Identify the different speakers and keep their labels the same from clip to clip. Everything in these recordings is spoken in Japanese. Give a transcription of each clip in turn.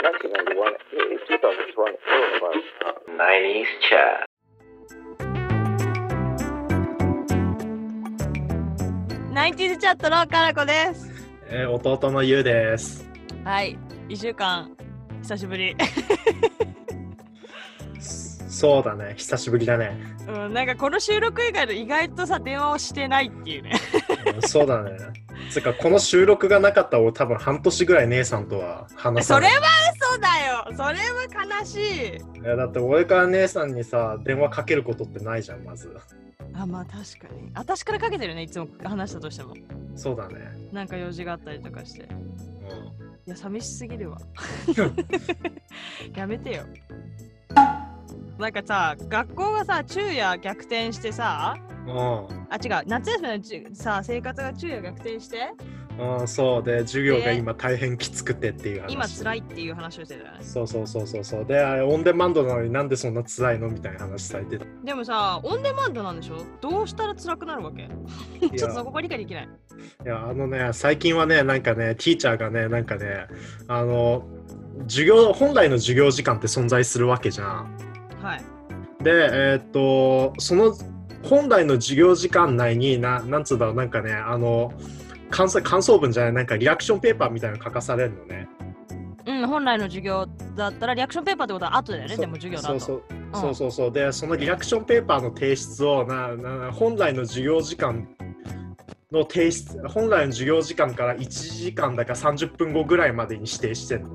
Speaker 1: 1991, 2020, all of us.
Speaker 2: Nineties chat.
Speaker 3: ナインティーズチャットのかなこです。
Speaker 4: えー弟のゆうです。
Speaker 3: はい、一週間久しぶり。
Speaker 4: そそうだね、久しぶりだね。
Speaker 3: うん、なんかこの収録以外で意外とさ電話をしてないっていうね。
Speaker 4: うんそうだね。 つうか、この収録がなかったら俺多分半年ぐらい姉さんとは話さ
Speaker 3: それ
Speaker 4: ない。
Speaker 3: は嘘だよ。それは悲しい。
Speaker 4: いやだって俺から姉さんにさ、電話かけることってないじゃん、まず。
Speaker 3: あ、まあ確かに。私からかけてるね。いつも話したとしても。
Speaker 4: そうだね。
Speaker 3: なんか用事があったりとかして。
Speaker 4: う
Speaker 3: いや寂しすぎる わ。やめてよ。なんかさ学校がさ昼夜逆転してさ
Speaker 4: ん。
Speaker 3: あ違う夏休みのじさ生活が昼夜逆転して
Speaker 4: うん。うん、そうで、授業が
Speaker 3: で
Speaker 4: 今大変きつくてっていう話。
Speaker 3: 今辛いっていう話をしてたよね。
Speaker 4: そうそうそうそうそう。で、あれオンデマンドなのになんでそんな辛いのみたいな話されてた。
Speaker 3: でもさ、オンデマンドなんでしょどうしたら辛くなるわけ
Speaker 4: い
Speaker 3: ちょっ
Speaker 4: や
Speaker 3: とそこが理解できない。
Speaker 4: いやあのね最近はねなんかねティーチャーがねなんかねあの授業本来の授業時間って存在するわけじゃん。
Speaker 3: はい。
Speaker 4: でえーっとその本来の授業時間内にななんつうんだろうなんかねあの感想感想文じゃないなんかリアクションペーパーみたいなの書かされるのね。
Speaker 3: うん、本来の授業だったらリアクションペーパーってことは後だよね、
Speaker 4: そ
Speaker 3: でも授業だ
Speaker 4: そ
Speaker 3: と。
Speaker 4: うそ
Speaker 3: う
Speaker 4: う
Speaker 3: ん
Speaker 4: そうそうそうでそのリアクションペーパーの提出をなな本来の授業時間の提出本来の授業時間から1時間だか30分後ぐらいまでに指定してんの。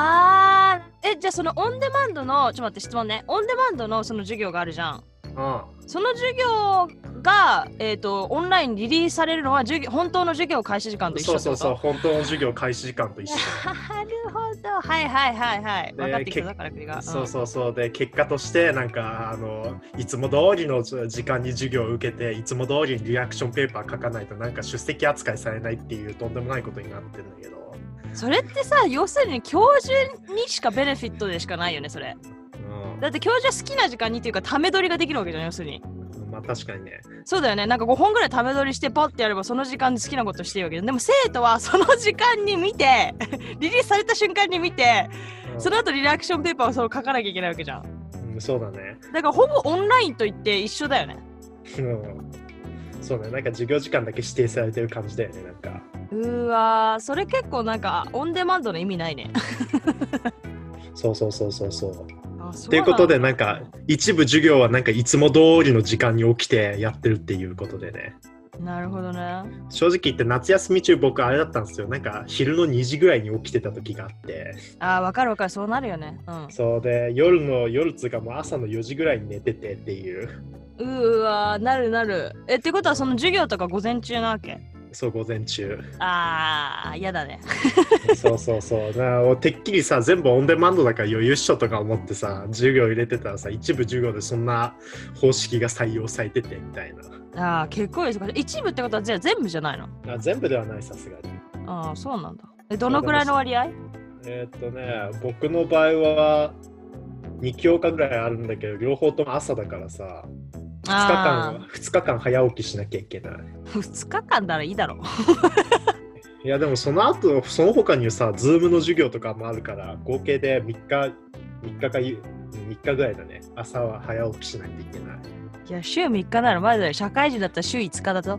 Speaker 3: あー、え、じゃあそのオンデマンドの、ちょっと待って、質問ね。オンデマンドのその授業があるじゃん。
Speaker 4: うん
Speaker 3: その授業が、えっ、と、オンラインにリリースされるのは授業、本当の授業開始時間と一緒
Speaker 4: そ
Speaker 3: って
Speaker 4: う
Speaker 3: こと
Speaker 4: そうそう、本当の授業開始時間と一緒。
Speaker 3: なるほど。はいはいはいはい。
Speaker 4: で
Speaker 3: 分かってきたぞ、
Speaker 4: け
Speaker 3: からくりが。ん
Speaker 4: そうそうそう、で、結果として、なんか、あの、いつも通りの時間に授業を受けて、いつも通りにリアクションペーパー書かないと、なんか出席扱いされないっていう、とんでもないことになってるんだけど。
Speaker 3: それってさ、要するに教授にしかベネフィットでしかないよね、それ。だって教授は好きな時間にっていうかため取りができるわけじゃん要するに
Speaker 4: うん、まあ、確かにね。
Speaker 3: そうだよねなんか5本ぐらいため取りしてパッてやればその時間で好きなことしていいわけじゃんでも生徒はその時間に見て リリースされた瞬間に見て
Speaker 4: うん
Speaker 3: その後リラクションペーパーをそう書かなきゃいけないわけじゃん
Speaker 4: うん、そうだね。
Speaker 3: だからほぼオンラインと言って一緒だよね
Speaker 4: うんそうね、なんか授業時間だけ指定されてる感じだよね、なんか。
Speaker 3: うーわーそれ結構なんかオンデマンドの意味ないね
Speaker 4: そうそうそうそうそう。
Speaker 3: あそう
Speaker 4: ということで、なんか、一部授業は、なんか、いつも通りの時間に起きてやってるっていうことでね。
Speaker 3: なるほどね
Speaker 4: 正直言って夏休み中僕あれだったんですよなんか昼の2時ぐらいに起きてた時があって
Speaker 3: あーわかるわかるそうなるよねうん
Speaker 4: そうで夜の夜つうかもう朝の4時ぐらいに寝ててっていう
Speaker 3: うーわーなるなるえってことはその授業とか午前中なわけ
Speaker 4: そう午前中
Speaker 3: あー嫌だね
Speaker 4: そうそうそう なおてっきりさ全部オンデマンドだから余裕っしょとか思ってさ授業入れてたらさ一部授業でそんな方式が採用されててみたいな
Speaker 3: ああ、結構ですか。一部ってことはじゃあ全部じゃないの
Speaker 4: あ全部ではないさすがに
Speaker 3: ああ、そうなんだ。え、どのくらいの割合
Speaker 4: えーっとね僕の場合は2教科ぐらいあるんだけど両方とも朝だからさ2日
Speaker 3: あ
Speaker 4: 間2日間早起きしなきゃいけない
Speaker 3: あ、2日間ならいいだろ。
Speaker 4: いやでもその後その他にさ、ズームの授業とかもあるから、合計で3日、3日かい、3日ぐらいだね。朝は早起きしないといけない。
Speaker 3: いや、週3日ならまだよ社会人だったら週5日だぞ。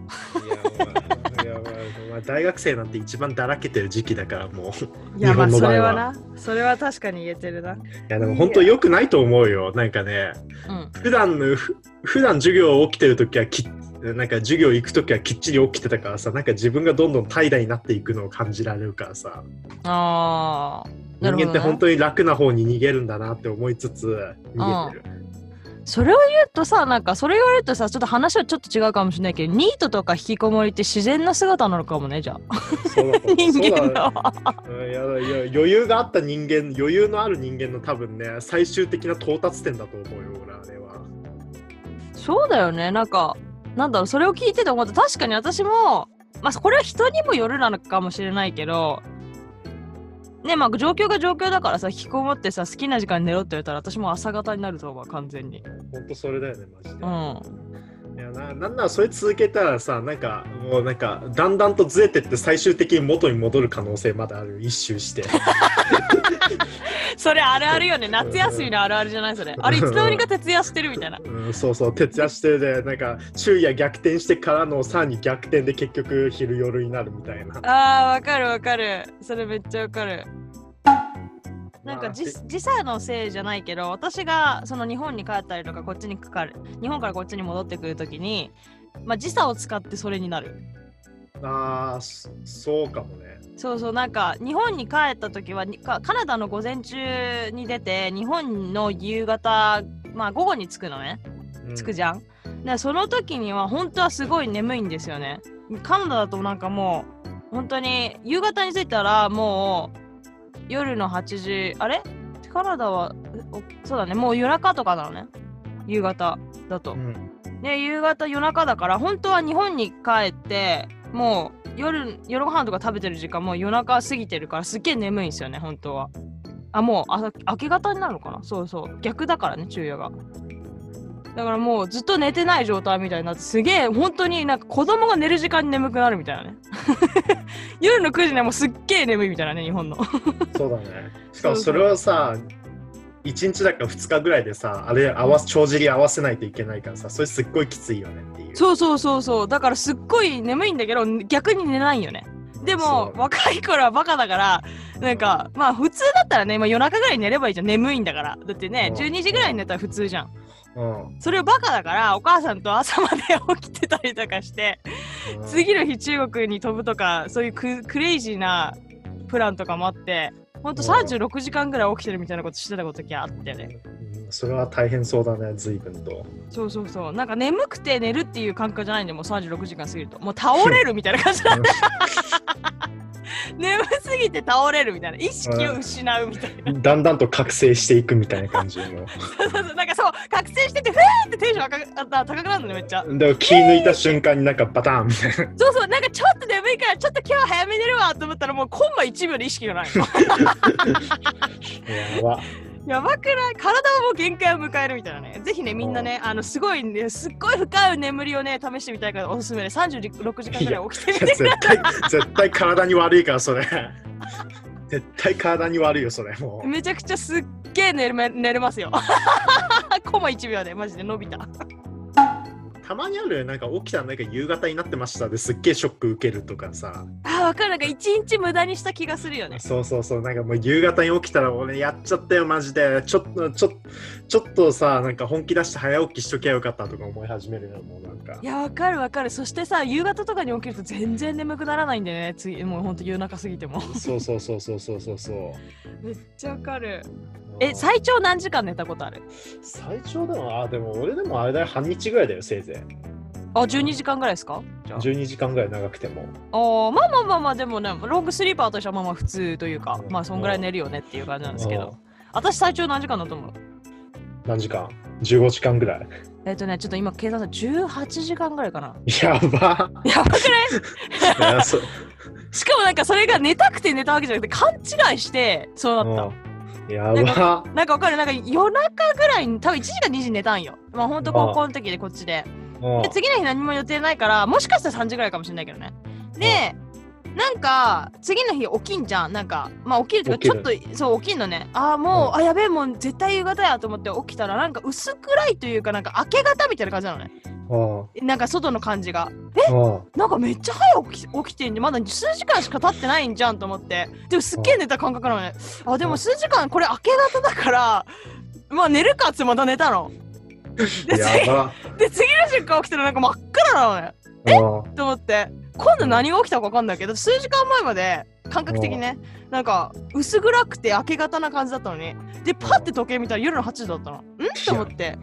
Speaker 4: いや、いやまあ、大学生なんて一番だらけてる時期だからもう。い
Speaker 3: い
Speaker 4: や日本の場合はまあ
Speaker 3: な。それは確かに言えてるな。
Speaker 4: や、でも本当良くないと思うよ。なんかね、
Speaker 3: うん。
Speaker 4: 普段の、ふ普段授業起きてる時はきなんか授業行く時はきっちり起きてたからさ、なんか自分がどんどん怠惰になっていくのを感じられるからさ、
Speaker 3: ああ、なる
Speaker 4: 人
Speaker 3: ほどね
Speaker 4: 間って本当に楽な方に逃げるんだなって思いつつ、逃げてる。
Speaker 3: それを言うとさ、なんかそれ言われるとさ、ちょっと話はちょっと違うかもしれないけど、ニートとか引きこもりって自然な姿なのかもね、じゃあ。
Speaker 4: そうだと思 う
Speaker 3: 人間
Speaker 4: そうだ
Speaker 3: の。
Speaker 4: うんいやいや余裕があった人間余裕のある人間の多分ね最終的な到達点だと思うよ俺あれは
Speaker 3: そうだよねなんかなんだろうそれを聞いてて思った確かに私もまあこれは人にもよるなのかもしれないけどねまあ状況が状況だからさ引きこもってさ好きな時間に寝ろって言われたら私も朝方になると思う完全に
Speaker 4: ほんとそれだよねマジで、
Speaker 3: うん
Speaker 4: いやななんならそれ続けたらさなんかもうなんかだんだん とずれてって最終的に元に戻る可能性まだある一周して
Speaker 3: それあるあるよね。夏休みのあるあるじゃないそれ。あれ、いつの間にか徹夜してるみたいな。
Speaker 4: うん、そうそう徹夜してでなんか昼夜逆転してからのさらに逆転で結局昼夜になるみたいな
Speaker 3: あー、わかるわかる。それめっちゃわかる。なんか
Speaker 4: まあ
Speaker 3: 時時差のせいじゃないけど私がその日本に帰ったりとかこっちにかかる日本からこっちに戻ってくるときに、まあ、時差を使ってそれになる
Speaker 4: あーそそうかもね
Speaker 3: そうそうなんか日本に帰った時はにかカナダの午前中に出て日本の夕方まあ午後に着くのね
Speaker 4: うん
Speaker 3: 着くじゃん、でその時には本当はすごい眠いんですよねカナダだとなんかもう本当に夕方に着いたらもう夜の8時あれカナダはえおそうだねもう夜中とかなのね夕方だと、
Speaker 4: うん
Speaker 3: で夕方夜中だから本当は日本に帰ってもう夜夜ご飯とか食べてる時間もう夜中過ぎてるからすっげえ眠いんですよね本当はあもう朝明け方になるのかなそうそう逆だからね昼夜がだからもうずっと寝てない状態みたいになってすげえ本当になんか子供が寝る時間に眠くなるみたいなね 夜の9時ねもうすっげえ眠いみたいなね日本の
Speaker 4: そうだ ねしかもそれをさ1日だか2日ぐらいでさあれ合わせ帳尻合わせないといけないからさそれすっごいきついよねっていう
Speaker 3: そうそうそうそうだからすっごい眠いんだけど逆に寝ないんよねでも
Speaker 4: そう
Speaker 3: 若い頃はバカだからなんかまあ普通だったらね、まあ、夜中ぐらいに寝ればいいじゃん眠いんだからだってね
Speaker 4: うん
Speaker 3: 12時ぐらいに寝たら普通じゃん
Speaker 4: うん、
Speaker 3: それをバカだからお母さんと朝まで起きてたりとかして
Speaker 4: うん
Speaker 3: 次の日中国に飛ぶとかそういうククレイジーなプランとかもあってほんと
Speaker 4: うん
Speaker 3: 36時間ぐらい起きてるみたいなことしてたこときあったよね
Speaker 4: うんそれは大変そうだね随分と
Speaker 3: そうそうそうなんか眠くて寝るっていう感覚じゃないんでもう36時間過ぎるともう倒れるみたいな感じな眠すぎて倒れるみたいな意識を失うみたいな
Speaker 4: だんだんと覚醒していくみたいな感じの
Speaker 3: そうそうそうなんかそう覚醒しててふーってテンション上がった高くなるのねめっちゃ
Speaker 4: でも気抜いた瞬間になんかバターンみたい
Speaker 3: そうそうなんかちょっと眠いからちょっと今日は早めに寝るわと思ったらもうコンマ1秒で意識がないの
Speaker 4: なやば
Speaker 3: やばくない体はもう限界を迎えるみたいなねぜひねみんなねあのすごいねすっごい深い眠りをね試してみたいからおすすめで36時間ぐらい起きてみて
Speaker 4: 絶対絶対体に悪いからそれ絶対体に悪いよそれも う
Speaker 3: めちゃくちゃすっげえ寝るめ寝れますよ。 コマ1秒でマジで伸びた。
Speaker 4: たまにあるよなんか起きたらなんか夕方になってましたですっげえショック受けるとかさ
Speaker 3: あ、わかる。なんか一日無駄にした気がするよね。
Speaker 4: そうそうそうなんかもう夕方に起きたら俺やっちゃったよマジでちょっとちょっとちょっとさなんか本気出して早起きしときゃよかったとか思い始めるよもうなんか
Speaker 3: いや、わかるわかる。そしてさ、夕方とかに起きると全然眠くならないんでね。次、もうほんと夜中すぎても。
Speaker 4: そうそうそうそうそうそうそ う
Speaker 3: めっちゃわかる。
Speaker 4: う
Speaker 3: え、
Speaker 4: ん
Speaker 3: 最長何時間寝たことある
Speaker 4: 最長でもあでも俺でもあれだよ半日ぐらいだよせいぜ
Speaker 3: あ、12時間ぐらいですか
Speaker 4: い12時間ぐらい長くても
Speaker 3: あーまあまあまあまあ、でもね、ロングスリーパーとしてはまあまあ普通というか、まあそんぐらい寝るよねっていう感じなんですけど。私最長何時間だと思う
Speaker 4: 何時間 ?15 時間ぐらい
Speaker 3: えっとね、ちょっと今計算した18時間ぐらいかな。
Speaker 4: やば
Speaker 3: やばくない
Speaker 4: い やそ
Speaker 3: しかもなんかそれが寝たくて寝たわけじゃなくて勘違いしてそうなっ
Speaker 4: うんやば
Speaker 3: た。なんかわかるなんか夜中ぐらいに多分1時か2時に寝たんよ。まあほんと高校の時でこっちで。
Speaker 4: うん
Speaker 3: で次の日何も予定ないからもしかしたら3時ぐらいかもしれないけどね。でなんか次の日起きんじゃんなんかまあ起きるっていうかちょっとそう起きんのねああもう、
Speaker 4: うん
Speaker 3: あやべえもう絶対夕方やと思って起きたらなんか薄暗いというかなんか明け方みたいな感じなのね
Speaker 4: うん
Speaker 3: なんか外の感じが
Speaker 4: うん
Speaker 3: なんかめっちゃ早く起き起きてんで、まだ数時間しか経ってないんじゃんと思って。でもすっげえ寝た感覚なのね。あ、でも数時間これ明け方だから、まあ寝るかっつってまた寝たの。で、次
Speaker 4: やば
Speaker 3: で次の瞬間起きたらなんか真っ暗なのね。
Speaker 4: うん
Speaker 3: と思って、今度何が起きたか分かんないけど、数時間前まで感覚的にね、なんか薄暗くて明け方な感じだったのに。で、パッて時計見たら夜の8時だったの。んと思って、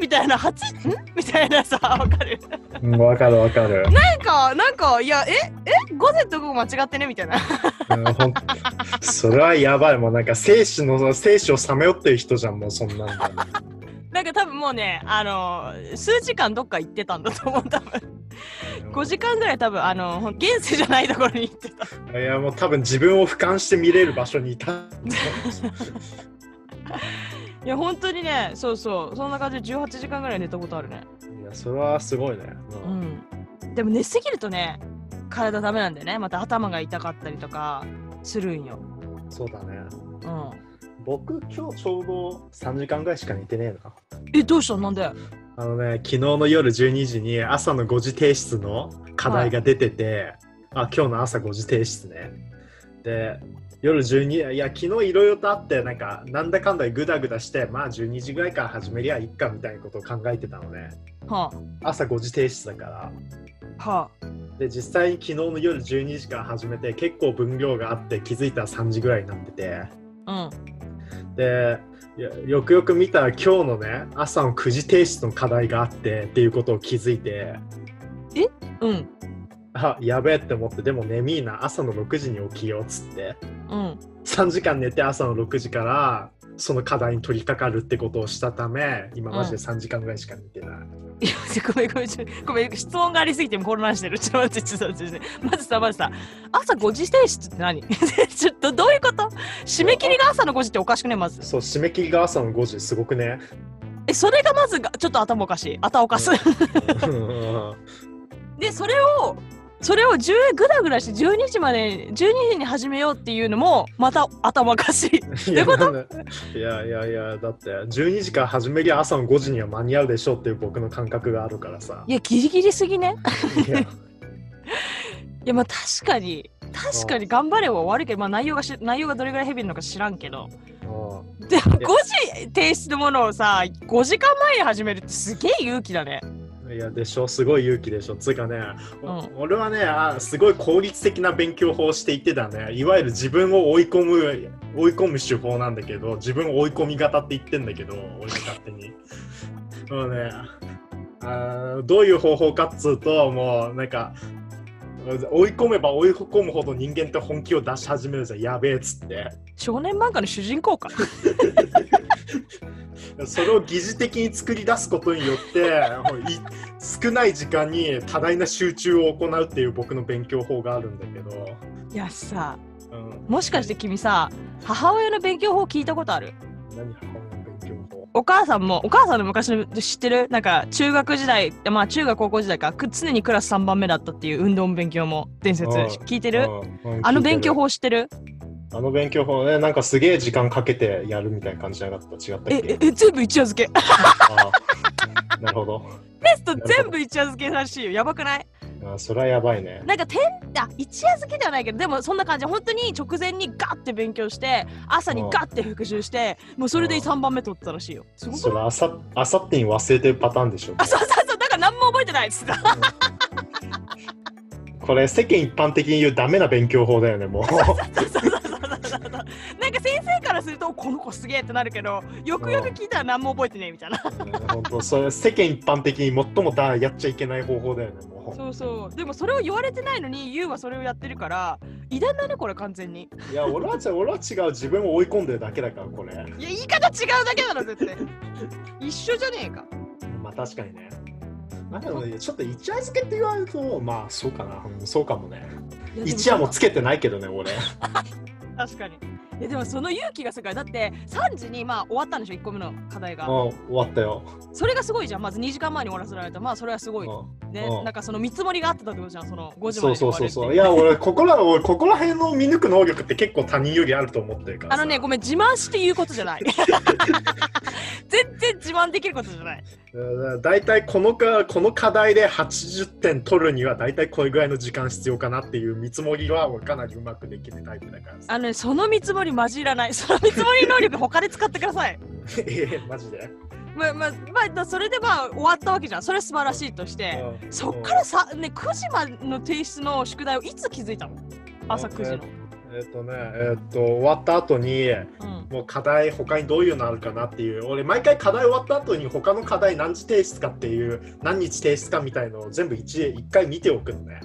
Speaker 3: みたいな、8時んみたいなさ、わかる
Speaker 4: うんわかるわかる
Speaker 3: なんか、なんか、いや、ええ午前と午後間違ってねみたいな。
Speaker 4: うんほんそれはやばいもうなんか生死の生死をさめよってる人じゃんもうそんなんだ
Speaker 3: なんか多分もうね、あのー数時間どっか行ってたんだと思う、多分5時間ぐらい多分、あのーほん現世じゃないところに行ってた。
Speaker 4: いやもう多分自分を俯瞰して見れる場所にいた
Speaker 3: いや、本当にね、そうそう、そんな感じで18時間ぐらい寝たことあるね。
Speaker 4: いやそれはすごいねう
Speaker 3: うんん。でも寝すぎるとね、体ダメなんだよね。また頭が痛かったりとかするんよ。
Speaker 4: そうだね
Speaker 3: うん。
Speaker 4: 僕今日ちょうど3時間ぐらいしか寝てねえな
Speaker 3: え、どうしたなんで
Speaker 4: あのね昨日の夜12時に朝の5時提出の課題が出てて、あ今日の朝5時提出ねで夜12いや昨日いろいろとあってなんかなんだかんだグダグダしてまあ12時ぐらいから始めりゃいっかみたいなことを考えてたのね
Speaker 3: は
Speaker 4: 朝5時提出だから
Speaker 3: あ、は
Speaker 4: で実際に昨日の夜12時から始めて結構分量があって気づいたら3時ぐらいになってて
Speaker 3: あ、
Speaker 4: でいやよくよく見たら今日のね朝の9時提出の課題があってっていうことを気づいて
Speaker 3: うん、うん、
Speaker 4: あやべえって思ってでも眠いな朝の6時に起きようっつって
Speaker 3: うん。
Speaker 4: 3時間寝て朝の6時からその課題に取り掛かるってことをしたため今マジで3時間ぐらいしか寝てな
Speaker 3: い
Speaker 4: い、
Speaker 3: や、ちょごめんごめん、ちょごめん、質問がありすぎて混乱してる。ちょ、待って、ちょ、ちょ、ちょ、ちょまずさ、まずさ、朝5時提出って何 ちょっと、どういうこと締め切りが朝の5時っておかしくね、まず。
Speaker 4: そう締め切りが朝の5時すごくね
Speaker 3: え、それがまずが、ちょっと頭おかしい。頭おかす。 で、それを、それを10ぐらぐらして12時まで、12時に始めようっていうのも、また頭おかしい。
Speaker 4: いやなんだいやいやいやだって12時から始めりゃ朝の5時には間に合うでしょっていう僕の感覚があるからさ
Speaker 3: いや、ギリギリすぎね。
Speaker 4: いや
Speaker 3: いや、まあ確かに、確かに頑張れば終わるけど、まあ内容がし、内容がどれぐらいヘビーなのか知らんけど。
Speaker 4: うん
Speaker 3: でも5
Speaker 4: いや
Speaker 3: 時提出のものをさ5時間前に始めるってすげえ勇気だね
Speaker 4: いやでしょすごい勇気でしょつうかね、
Speaker 3: うん
Speaker 4: 俺はねあすごい効率的な勉強法をしていてだねいわゆる自分を追い込む追い込む手法なんだけど自分を追い込み型って言ってんだけど俺勝手 にもうねあーどういう方法かっつうともうなんか追い込めば追い込むほど人間って本気を出し始めるじゃんやべえっつって
Speaker 3: 少年漫画の主人公か
Speaker 4: それを疑似的に作り出すことによって もうい少ない時間に多大な集中を行うっていう僕の勉強法があるんだけど、
Speaker 3: いやさ
Speaker 4: うん、
Speaker 3: もしかして君さ母親の勉強法聞いたことある
Speaker 4: 何母親の勉強法
Speaker 3: お母さんもお母さんの昔の知ってるなんか中学時代まあ中学高校時代かく常にクラス3番目だったっていう運動も勉強も伝説
Speaker 4: ああ
Speaker 3: 聞いてる
Speaker 4: うんうん
Speaker 3: あ
Speaker 4: 聞
Speaker 3: の
Speaker 4: いてる
Speaker 3: 勉強法知ってる
Speaker 4: あの勉強法ねなんかすげえ時間かけてやるみたいな感じじゃなかった違った
Speaker 3: え
Speaker 4: っけ
Speaker 3: ええ全部一夜漬け
Speaker 4: ああ なるほど
Speaker 3: テスト全部一夜漬けらしいよやばくない
Speaker 4: あそれはやばいね
Speaker 3: なんか天あ一夜漬けではないけどでもそんな感じ本当に直前にガッて勉強して朝にガッて復習してもうそれで
Speaker 4: うん
Speaker 3: 3番目取ったらしいよすごく
Speaker 4: そ
Speaker 3: ない
Speaker 4: れあさあさってに忘れてるパターンでしょ
Speaker 3: あそうそうそうだから何も覚えてないっつってた
Speaker 4: これ世間一般的に言うダメな勉強法だよね もう
Speaker 3: そうそうそうそうそうなんか先生からするとこの子すげえってなるけどよくよく聞いたら何も覚えてねえみたいな
Speaker 4: 本当それ世間一般的に最もだやっちゃいけない方法だよねも
Speaker 3: そうそうでもそれを言われてないのにユウはそれをやってるから遺伝だねこれ完全に
Speaker 4: ういや俺は違う俺は違う自分を追い込んでるだけだからこれ
Speaker 3: いや言い方違うだけだろ絶対 一緒じゃねえか
Speaker 4: まあ確かにねまあでもねちょっと一夜漬けって言われるとまあそうかな、うんそうかもね
Speaker 3: いやで
Speaker 4: 一夜もつけてないけどね俺
Speaker 3: 確かにいやでもその勇気がすごいだって3時にまあ終わったんでしょ1個目の課題が
Speaker 4: うん終わったよ、
Speaker 3: それがすごいじゃんまず2時間前に終わらせられたまあそれはすごい
Speaker 4: うん
Speaker 3: ね
Speaker 4: うん
Speaker 3: なんかその見積もりがあってたってことじゃんその5時ま
Speaker 4: そ
Speaker 3: で
Speaker 4: う
Speaker 3: に
Speaker 4: そ
Speaker 3: 終
Speaker 4: う
Speaker 3: わる
Speaker 4: そ
Speaker 3: っ
Speaker 4: う
Speaker 3: てい
Speaker 4: そうういや俺ここら俺ここら辺の見抜く能力って結構他人よりあると思ってるから
Speaker 3: あ
Speaker 4: さ
Speaker 3: のねごめん自慢して言うことじ ゃない全然自慢できることじゃない
Speaker 4: うん大体このかこの課題で80点取るには大体これぐらいの時間必要かなっていう見積もりは俺かなりうまくできるタイプだからさ
Speaker 3: あのねその見積もり混じらないその見積もり能力他で使ってください
Speaker 4: ええマジで、
Speaker 3: まあまあまあそれでまあ終わったわけじゃんそれは素晴らしいとして
Speaker 4: うん
Speaker 3: そっからさね9時までの提出の宿題をいつ気づいたの朝9時の、
Speaker 4: えっとねえっと終わった後に
Speaker 3: うん、
Speaker 4: もう課題他にどういうのあるかなっていう俺毎回課題終わった後に他の課題何時提出かっていう何日提出かみたいのを全部一一回見ておくのね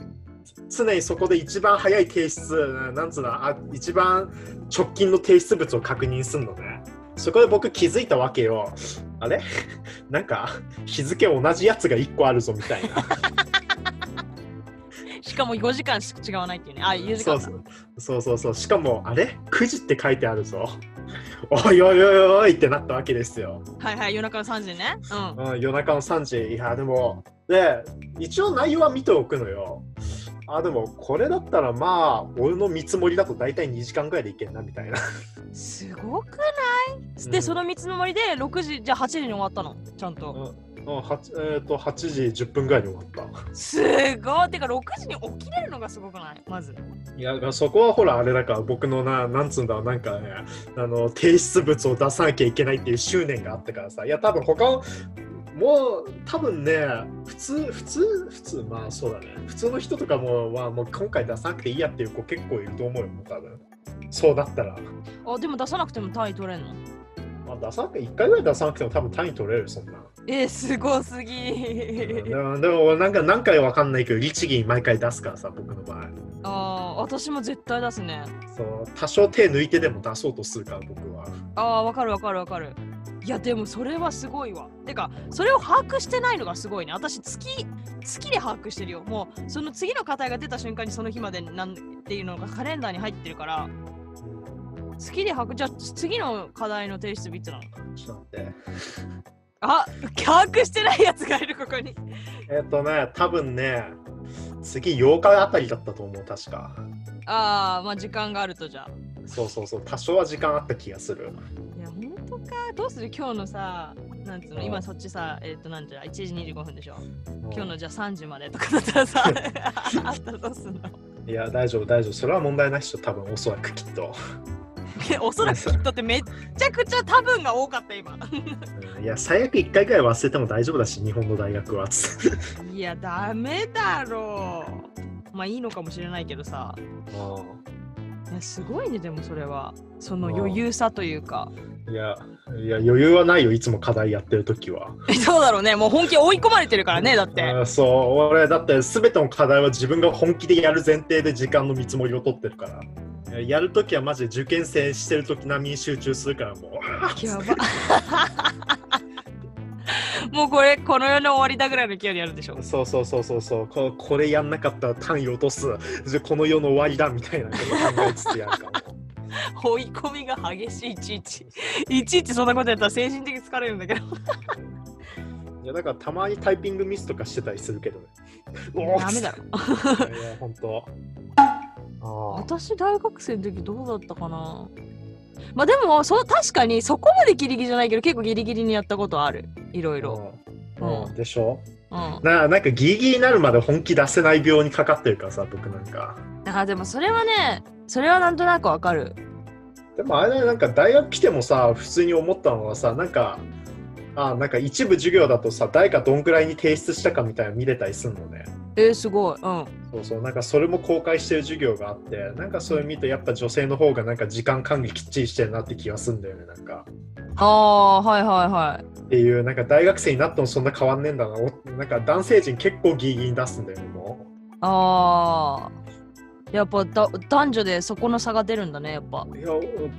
Speaker 4: 常にそこで一番早い提出なんつうのあ一番直近の提出物を確認するのねそこで僕気づいたわけよあれ なんか日付同じやつが1個あるぞみたいな
Speaker 3: しかも5時間しか違わないっていうね。あ、4時
Speaker 4: そ
Speaker 3: 間
Speaker 4: う
Speaker 3: だ
Speaker 4: そ。うそうそうそうしかもあれ9時って書いてあるぞおいおいおいおいってなったわけですよ、
Speaker 3: はいはい、夜中の3時ね。うん。
Speaker 4: うん、夜中の3時いやでもで一応内容は見ておくのよあでもこれだったらまあ俺の見積もりだと大体2時間ぐらいでいけんなみたいな
Speaker 3: すごくで、その三つの森で6時じゃあ8時に終わったのちゃんと
Speaker 4: うん、はちえっ、と、8時10分ぐらいに終わった。
Speaker 3: すごいてか6時に起きれるのがすごくないまず
Speaker 4: いや、まあそこはほら、あれだから、僕のな、なんつうんだろう、なんかね、あの、提出物を出さなきゃいけないっていう執念があったからさ、いや、多分他の、もう、多分ね、普通、普通、普通、まあそうだね、普通の人とかも、はもう今回出さなくていいやっていう子結構いると思うよ、もう多分。そうだったら。
Speaker 3: あでも出さなくても単位取れんの
Speaker 4: まあ、出さなくて、1回ぐらい出さなくても多分単位取れるよ、そんな。
Speaker 3: えー、すごすぎ
Speaker 4: うんでも、でもなんか何回わかんないけど、律儀に毎回出すからさ、僕の場合。
Speaker 3: あー私も絶対出すね
Speaker 4: そう、多少手抜いてでも出そうとするから、僕は。
Speaker 3: あーわかるわかるわかるいやでもそれはすごいわてかそれを把握してないのがすごいね私月月で把握してるよもうその次の課題が出た瞬間にその日までなんっていうのがカレンダーに入ってるから月で把握じゃあ次の課題の提出日いつなの
Speaker 4: ちょっと待って。
Speaker 3: あ把握してないやつがいるここに
Speaker 4: えっ、とね、多分ね、次8日あたりだったと思う、確か。
Speaker 3: ああまあ時間があるとじゃあ
Speaker 4: そうそうそう、多少は時間あった気がする。
Speaker 3: いや本当かどうする今日のさなんつうの今そっちさえっ、となんじゃ1時25分でしょ今日のじゃあ3時までとかだったら さあったらどうすんの
Speaker 4: いや、大丈夫、大丈夫。それは問題ないっしょ、多分おそらくきっと。
Speaker 3: え おそらくきっとってめっちゃくちゃ多分が多かった今
Speaker 4: うんいや、最悪1回ぐらい忘れても大丈夫だし、日本の大学は。
Speaker 3: いやダメだろうまあいいのかもしれないけどさいやすごいねでもそれはその余裕さというか
Speaker 4: いや、いや、余裕はないよ、いつも課題やってるときは。
Speaker 3: え そうだろうねもう本気追い込まれてるからねだって
Speaker 4: あーそう、俺、だって全ての課題は自分が本気でやる前提で時間の見積もりを取ってるから。やるときはマジで受験生してるとき並みに集中するからもう。
Speaker 3: やば もうこれこの世の終わりだぐらいの勢いでやるでしょ
Speaker 4: そうそうそうそうそうここれやんなかったら単位落とすじゃこの世の終わりだみたいなこと考えつつやる かも
Speaker 3: 追い込みが激しいいちいちいちいちそんなことやったら精神的に疲れるんだけど
Speaker 4: いやだからたまにタイピングミスとかしてたりするけどねおー
Speaker 3: ダメだろ
Speaker 4: いや本当あ
Speaker 3: 私大学生の時どうだったかなまあでもそう確かにそこまでギリギリじゃないけど結構ギリギリにやったことあるいろいろ、
Speaker 4: うん
Speaker 3: うん
Speaker 4: でしょ
Speaker 3: うん、あ
Speaker 4: ななんかギリギリになるまで本気出せない病にかかってるからさ僕なんか
Speaker 3: ーでもそれはねそれはなんとなくわかる
Speaker 4: でもあれだねなんか大学来てもさ普通に思ったのはさなんかあなんか一部授業だとさ誰かどんくらいに提出したかみたいなの見れたりするのね
Speaker 3: えー、すごいうん
Speaker 4: そうそうなんかそれも公開してる授業があってなんかそれ見てやっぱ女性の方がなんか時間管理きっちりしてるなって気がするんだよねなんか
Speaker 3: ああーはいはいはい
Speaker 4: っていうなんか大学生になってもそんな変わんねえんだなおなんか男性陣結構ギリギリに出すんだよねも
Speaker 3: あーやっぱだ男女でそこの差が出るんだねやっぱう
Speaker 4: ういや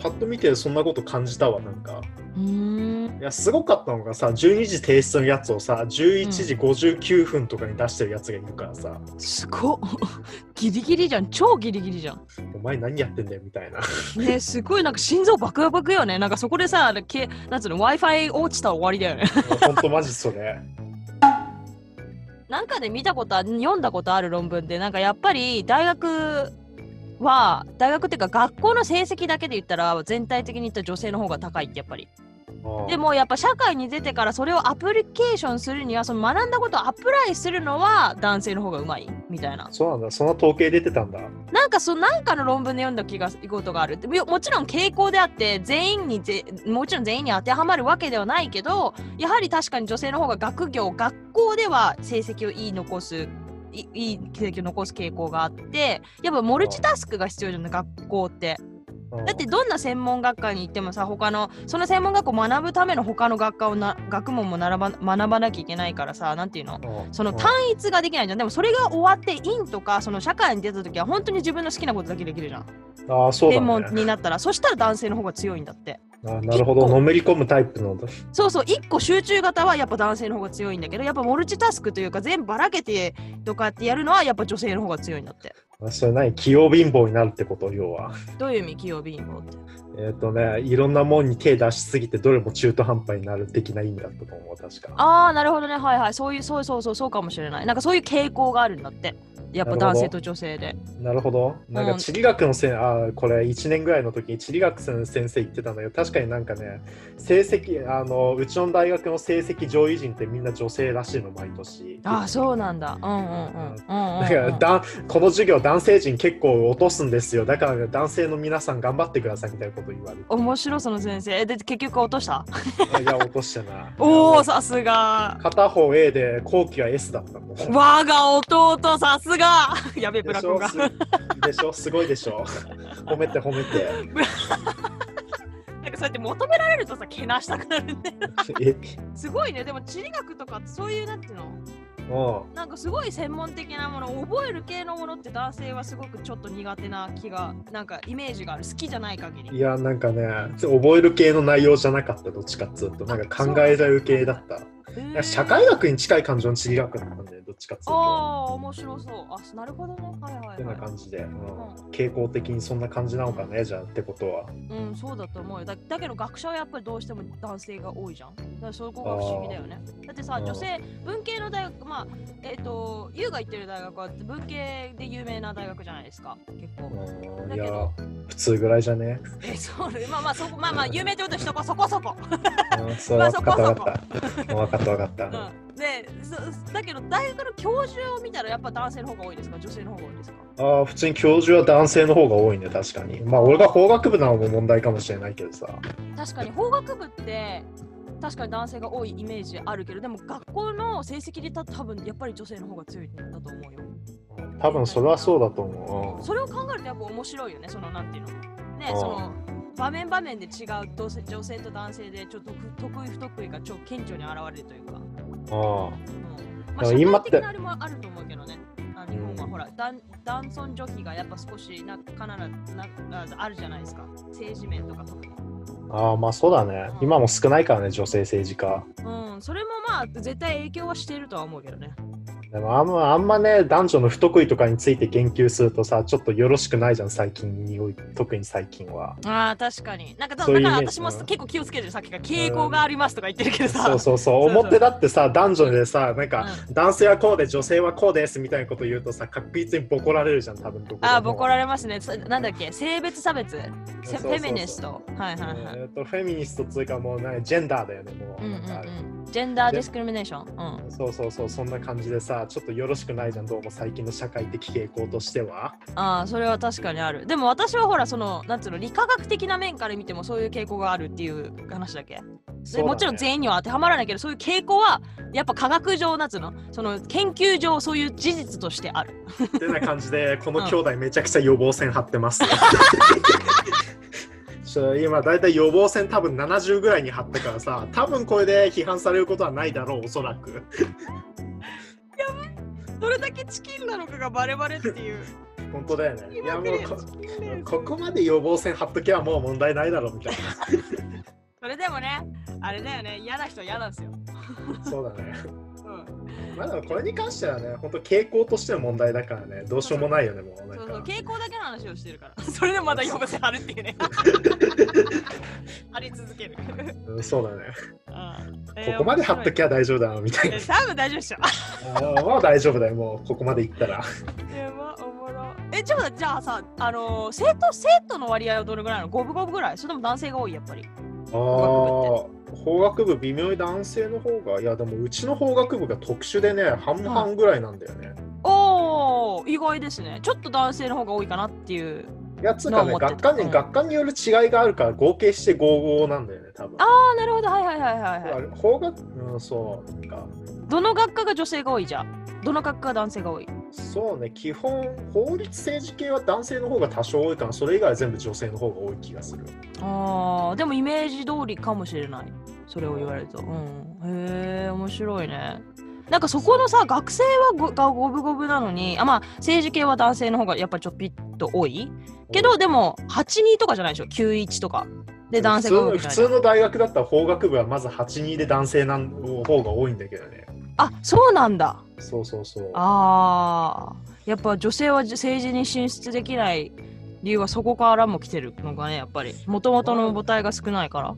Speaker 4: パッと見てそんなこと感じたわなんか
Speaker 3: ーん
Speaker 4: いやすごかったのがさ12時提出のやつをさ11時59分とかに出してるやつがいるからさ、
Speaker 3: すごっ ギリギリじゃん超ギリギリじゃん
Speaker 4: お前何やってんだよみたいな
Speaker 3: ねすごいなんか心臓バクバクよねなんかそこでさけなんつうの w i f i 落ちたら終わりだよね
Speaker 4: ほんとマジそれ
Speaker 3: なんかで見たことあ読んだことある論文でなんかやっぱり大学は大学っていうか学校の成績だけで言ったら全体的に言ったら女性の方が高いってやっぱりでもやっぱ社会に出てからそれをアプリケーションするにはその学んだことをアプライするのは男性の方がうまいみたいな
Speaker 4: そうなんだそんな統計出てたんだ
Speaker 3: なんかそのなんかの論文で読んだ気がことがあるでももちろん傾向であって全員にぜもちろん全員に当てはまるわけではないけどやはり確かに女性の方が学業学校では成績をいい残すいいい成績を残す傾向があってやっぱモルチタスクが必要じゃない学校って
Speaker 4: うん
Speaker 3: だってどんな専門学科に行ってもさ他のその専門学校を学ぶための他の学科をな学問も学ば学ばなきゃいけないからさなんていうの
Speaker 4: うん
Speaker 3: その単一ができないじゃんでもそれが終わって院とかその社会に出た時は本当に自分の好きなことだけできるじゃん
Speaker 4: ああそう
Speaker 3: で
Speaker 4: だ
Speaker 3: も
Speaker 4: ね
Speaker 3: になったらそしたら男性の方が強いんだって
Speaker 4: あなるほど、のめり込むタイプの。
Speaker 3: そうそう1個集中型はやっぱ男性の方が強いんだけどやっぱモルチタスクというか全部ばらけてとかってやるのはやっぱ女性の方が強いんだって
Speaker 4: あそれ何器用貧乏になるってこと、要は。
Speaker 3: どういう意味器用貧乏って
Speaker 4: えっ、とね、いろんなもんに手出しすぎて、どれも中途半端になる的な意味だったと思う、確か。
Speaker 3: ああなるほどねはいはいそういうそうそうそうそうかもしれないなんかそういう傾向があるんだってやっぱ
Speaker 4: なるほど
Speaker 3: 男性と女性で。
Speaker 4: なるほど。なんか地理学のせん、あーこれ1年ぐらいの時に地理学の先生言ってたんだけど、確かになんかね、成績、あのうちの大学の成績上位陣ってみんな女性らしいの、毎年。
Speaker 3: ああ、そうなんだ。うんうんうんうんうんうん。
Speaker 4: だからだこの授業男性陣結構落とすんですよだから男性の皆さん頑張ってくださいみたいなこと言われて
Speaker 3: 面白いその先生。えで結局落とした。
Speaker 4: いや落としたな
Speaker 3: おお
Speaker 4: あの
Speaker 3: さすが。
Speaker 4: 片方 A で後期は S だったもんでし
Speaker 3: 我が弟さすが。 やべブラコ
Speaker 4: ょ
Speaker 3: が
Speaker 4: す。 でしょすごいでしょ褒めて褒めて
Speaker 3: なんかそうやって求められるとさけなしたくなるね。
Speaker 4: え
Speaker 3: すごいね。でも地理学とかそういうなんていうの。
Speaker 4: も
Speaker 3: なんかすごい専門的なもの覚える系のものって男性はすごくちょっと苦手な気がなんかイメージがある好きじゃない限
Speaker 4: う
Speaker 3: り
Speaker 4: いやなんかね覚える系の内容じゃなかったどっちかっつうとなんか考えられる系だった
Speaker 3: へー
Speaker 4: なんか社会学に近い感じの地理学だったんだよどっちかっつう
Speaker 3: あ
Speaker 4: と
Speaker 3: あ面白そうあなるほどねはいは
Speaker 4: って
Speaker 3: いは
Speaker 4: ない感じで、うん傾向的にそんな感じなのかねじゃあってことは
Speaker 3: うんそうだと思うよだだけど学者はやっぱりどうしても男性が多いじゃんだからそこが不思議だよねだってさ
Speaker 4: うん
Speaker 3: 女性文系の大学まあえっ、と優が行ってる大学は文系で有名な大学じゃないですか結構
Speaker 4: うん
Speaker 3: だ
Speaker 4: い
Speaker 3: けど
Speaker 4: や普通ぐらいじゃね。
Speaker 3: えそうねまあまあそこまあまあ有名ってことはそこそこそこ
Speaker 4: うんそう
Speaker 3: まあ
Speaker 4: 分
Speaker 3: そ
Speaker 4: か
Speaker 3: こ
Speaker 4: った
Speaker 3: そ
Speaker 4: 分
Speaker 3: こ
Speaker 4: かった。分かった分かった。
Speaker 3: うんでそだけど大学の教授を見たらやっぱ男性の方が多いですか女性の方が多いですか
Speaker 4: ああ普通に教授は男性の方が多いね確かに。まあ俺が法学部なのも問題かもしれないけどさ。
Speaker 3: 確かに法学部って確かに男性が多いイメージあるけどでも学校の成績でた多分やっぱり女性の方が強いんだと思うよ
Speaker 4: 多分それはそうだと思う。
Speaker 3: それを考えるとやっぱ面白いよねそのなんていうのね
Speaker 4: うん
Speaker 3: その場面場面で違うどうせ女性と男性でちょっと得得意不得意がちょ顕著に現れるというか、
Speaker 4: あ
Speaker 3: うん
Speaker 4: だから今
Speaker 3: 社会
Speaker 4: って
Speaker 3: 的なあれもあると思うけどねあ日本は
Speaker 4: うん
Speaker 3: ほら、男男尊女卑がやっぱ少しなんかカナダなんかあるじゃないですか政治面とか特に
Speaker 4: あああまあそうだね。今も少ないからね女性政治家。
Speaker 3: うん、それもまあ絶対影響はしているとは思うけどね。
Speaker 4: でもあんまあんまね男女の不得意とかについて言及するとさちょっとよろしくないじゃん最近におい特に最近は。
Speaker 3: ああ、確かに。なんかだ
Speaker 4: そういうイ
Speaker 3: だ
Speaker 4: メー
Speaker 3: か
Speaker 4: ジ
Speaker 3: ら私も
Speaker 4: うん
Speaker 3: 結構気をつけてるさっきから傾向がありますとか言ってるけどさ。
Speaker 4: そうそうそう
Speaker 3: そうそう
Speaker 4: 表だってさ男女でさなんか男性はこうで女性はこうですみたいなこと言うとさ確実にボコられるじゃん多分
Speaker 3: ああ、ボコ
Speaker 4: れ
Speaker 3: られますね。そなんだっけ性別差別フ
Speaker 4: そうそうそう
Speaker 3: ェミニスト。はい
Speaker 4: る、
Speaker 3: はいはい。
Speaker 4: えー、とフェミニストつうかもうねジェンダーだよねもう
Speaker 3: うんう
Speaker 4: なんか
Speaker 3: んうん。ジェンダーディスクリミネーション。うん。
Speaker 4: そうそうそうそんな感じでさちょっとよろしくないじゃんどうも最近の社会的傾向としては
Speaker 3: ああ、それは確かにある。でも私はほら、その、なんつうの、理科学的な面から見てもそういう傾向があるっていう話だっけ
Speaker 4: そう
Speaker 3: で
Speaker 4: だね
Speaker 3: もちろん全員には当てはまらないけどそういう傾向はやっぱ科学上なんつうのその研究上そういう事実としてある
Speaker 4: てな感 じでこの兄弟めちゃくちゃ予防線張って ますちょ今だいたい予防線多分70ぐらいに張ったからさ多分これで批判されることはないだろうおそらく
Speaker 3: どれだけチキンなのかがバレバレっていう
Speaker 4: 本当だよねいやもうこ
Speaker 3: チキンレース
Speaker 4: ここまで予防線張っとけばもう問題ないだろうみたい
Speaker 3: それでもねあれだよね嫌な人は嫌なんですよ、
Speaker 4: なそうだね
Speaker 3: うん、
Speaker 4: まあでもこれに関してはね本当傾向としての問題だからねどうしようもないよねもうな
Speaker 3: そ
Speaker 4: ん
Speaker 3: うそう
Speaker 4: か
Speaker 3: 傾向だけの話をしてるから それでもまだ呼ばせあるっていう ねあり続ける
Speaker 4: うんそうだね、
Speaker 3: こ
Speaker 4: ここまで張っときゃ大丈夫だなみたいな
Speaker 3: 多分大丈夫で しょ
Speaker 4: あーまあ大丈夫だよもうここまでいったら
Speaker 3: やばおもろえちょっとじゃあさあのー、生徒生徒の割合はどれぐらいなの五分五分ぐらいそれとも男性が多いやっぱり
Speaker 4: ああ法学部微妙に男性の方がいやでもうちの法学部が特殊でね半々ぐらいなんだよね、
Speaker 3: おお意外ですねちょっと男性の方が多いかなっていう
Speaker 4: いやつうかね
Speaker 3: のを持って
Speaker 4: 学科に、
Speaker 3: うん
Speaker 4: 学科による違いがあるから合計して55なんだよね多分
Speaker 3: ああなるほどはいはいはいはい、はい
Speaker 4: あれ法学うんそうなんか
Speaker 3: どの学科が女性が多いじゃんどの学科が男性が多い
Speaker 4: そうね、基本、法律政治系は男性の方が多少多いから、それ以外は全部女性の方が多い気がする。
Speaker 3: あーでもイメージ通りかもしれないそれを言われると、うん、へえ面白いねなんかそこのさ学生はごが五分五分なのにあまあ政治系は男性の方がやっぱちょっぴっと多いけどでも82とかじゃないでしょ91とかで男性が多い
Speaker 4: 普通
Speaker 3: みたい
Speaker 4: の普
Speaker 3: な
Speaker 4: 通の大学だったら法学部はまず8、2で男性なん方が多いんだけどね。
Speaker 3: あそうなんだ
Speaker 4: そうそうそう。
Speaker 3: あーやっぱ女性は政治に進出できない理由はそこからも来てるのがねやっぱりもともとの母体が少ないから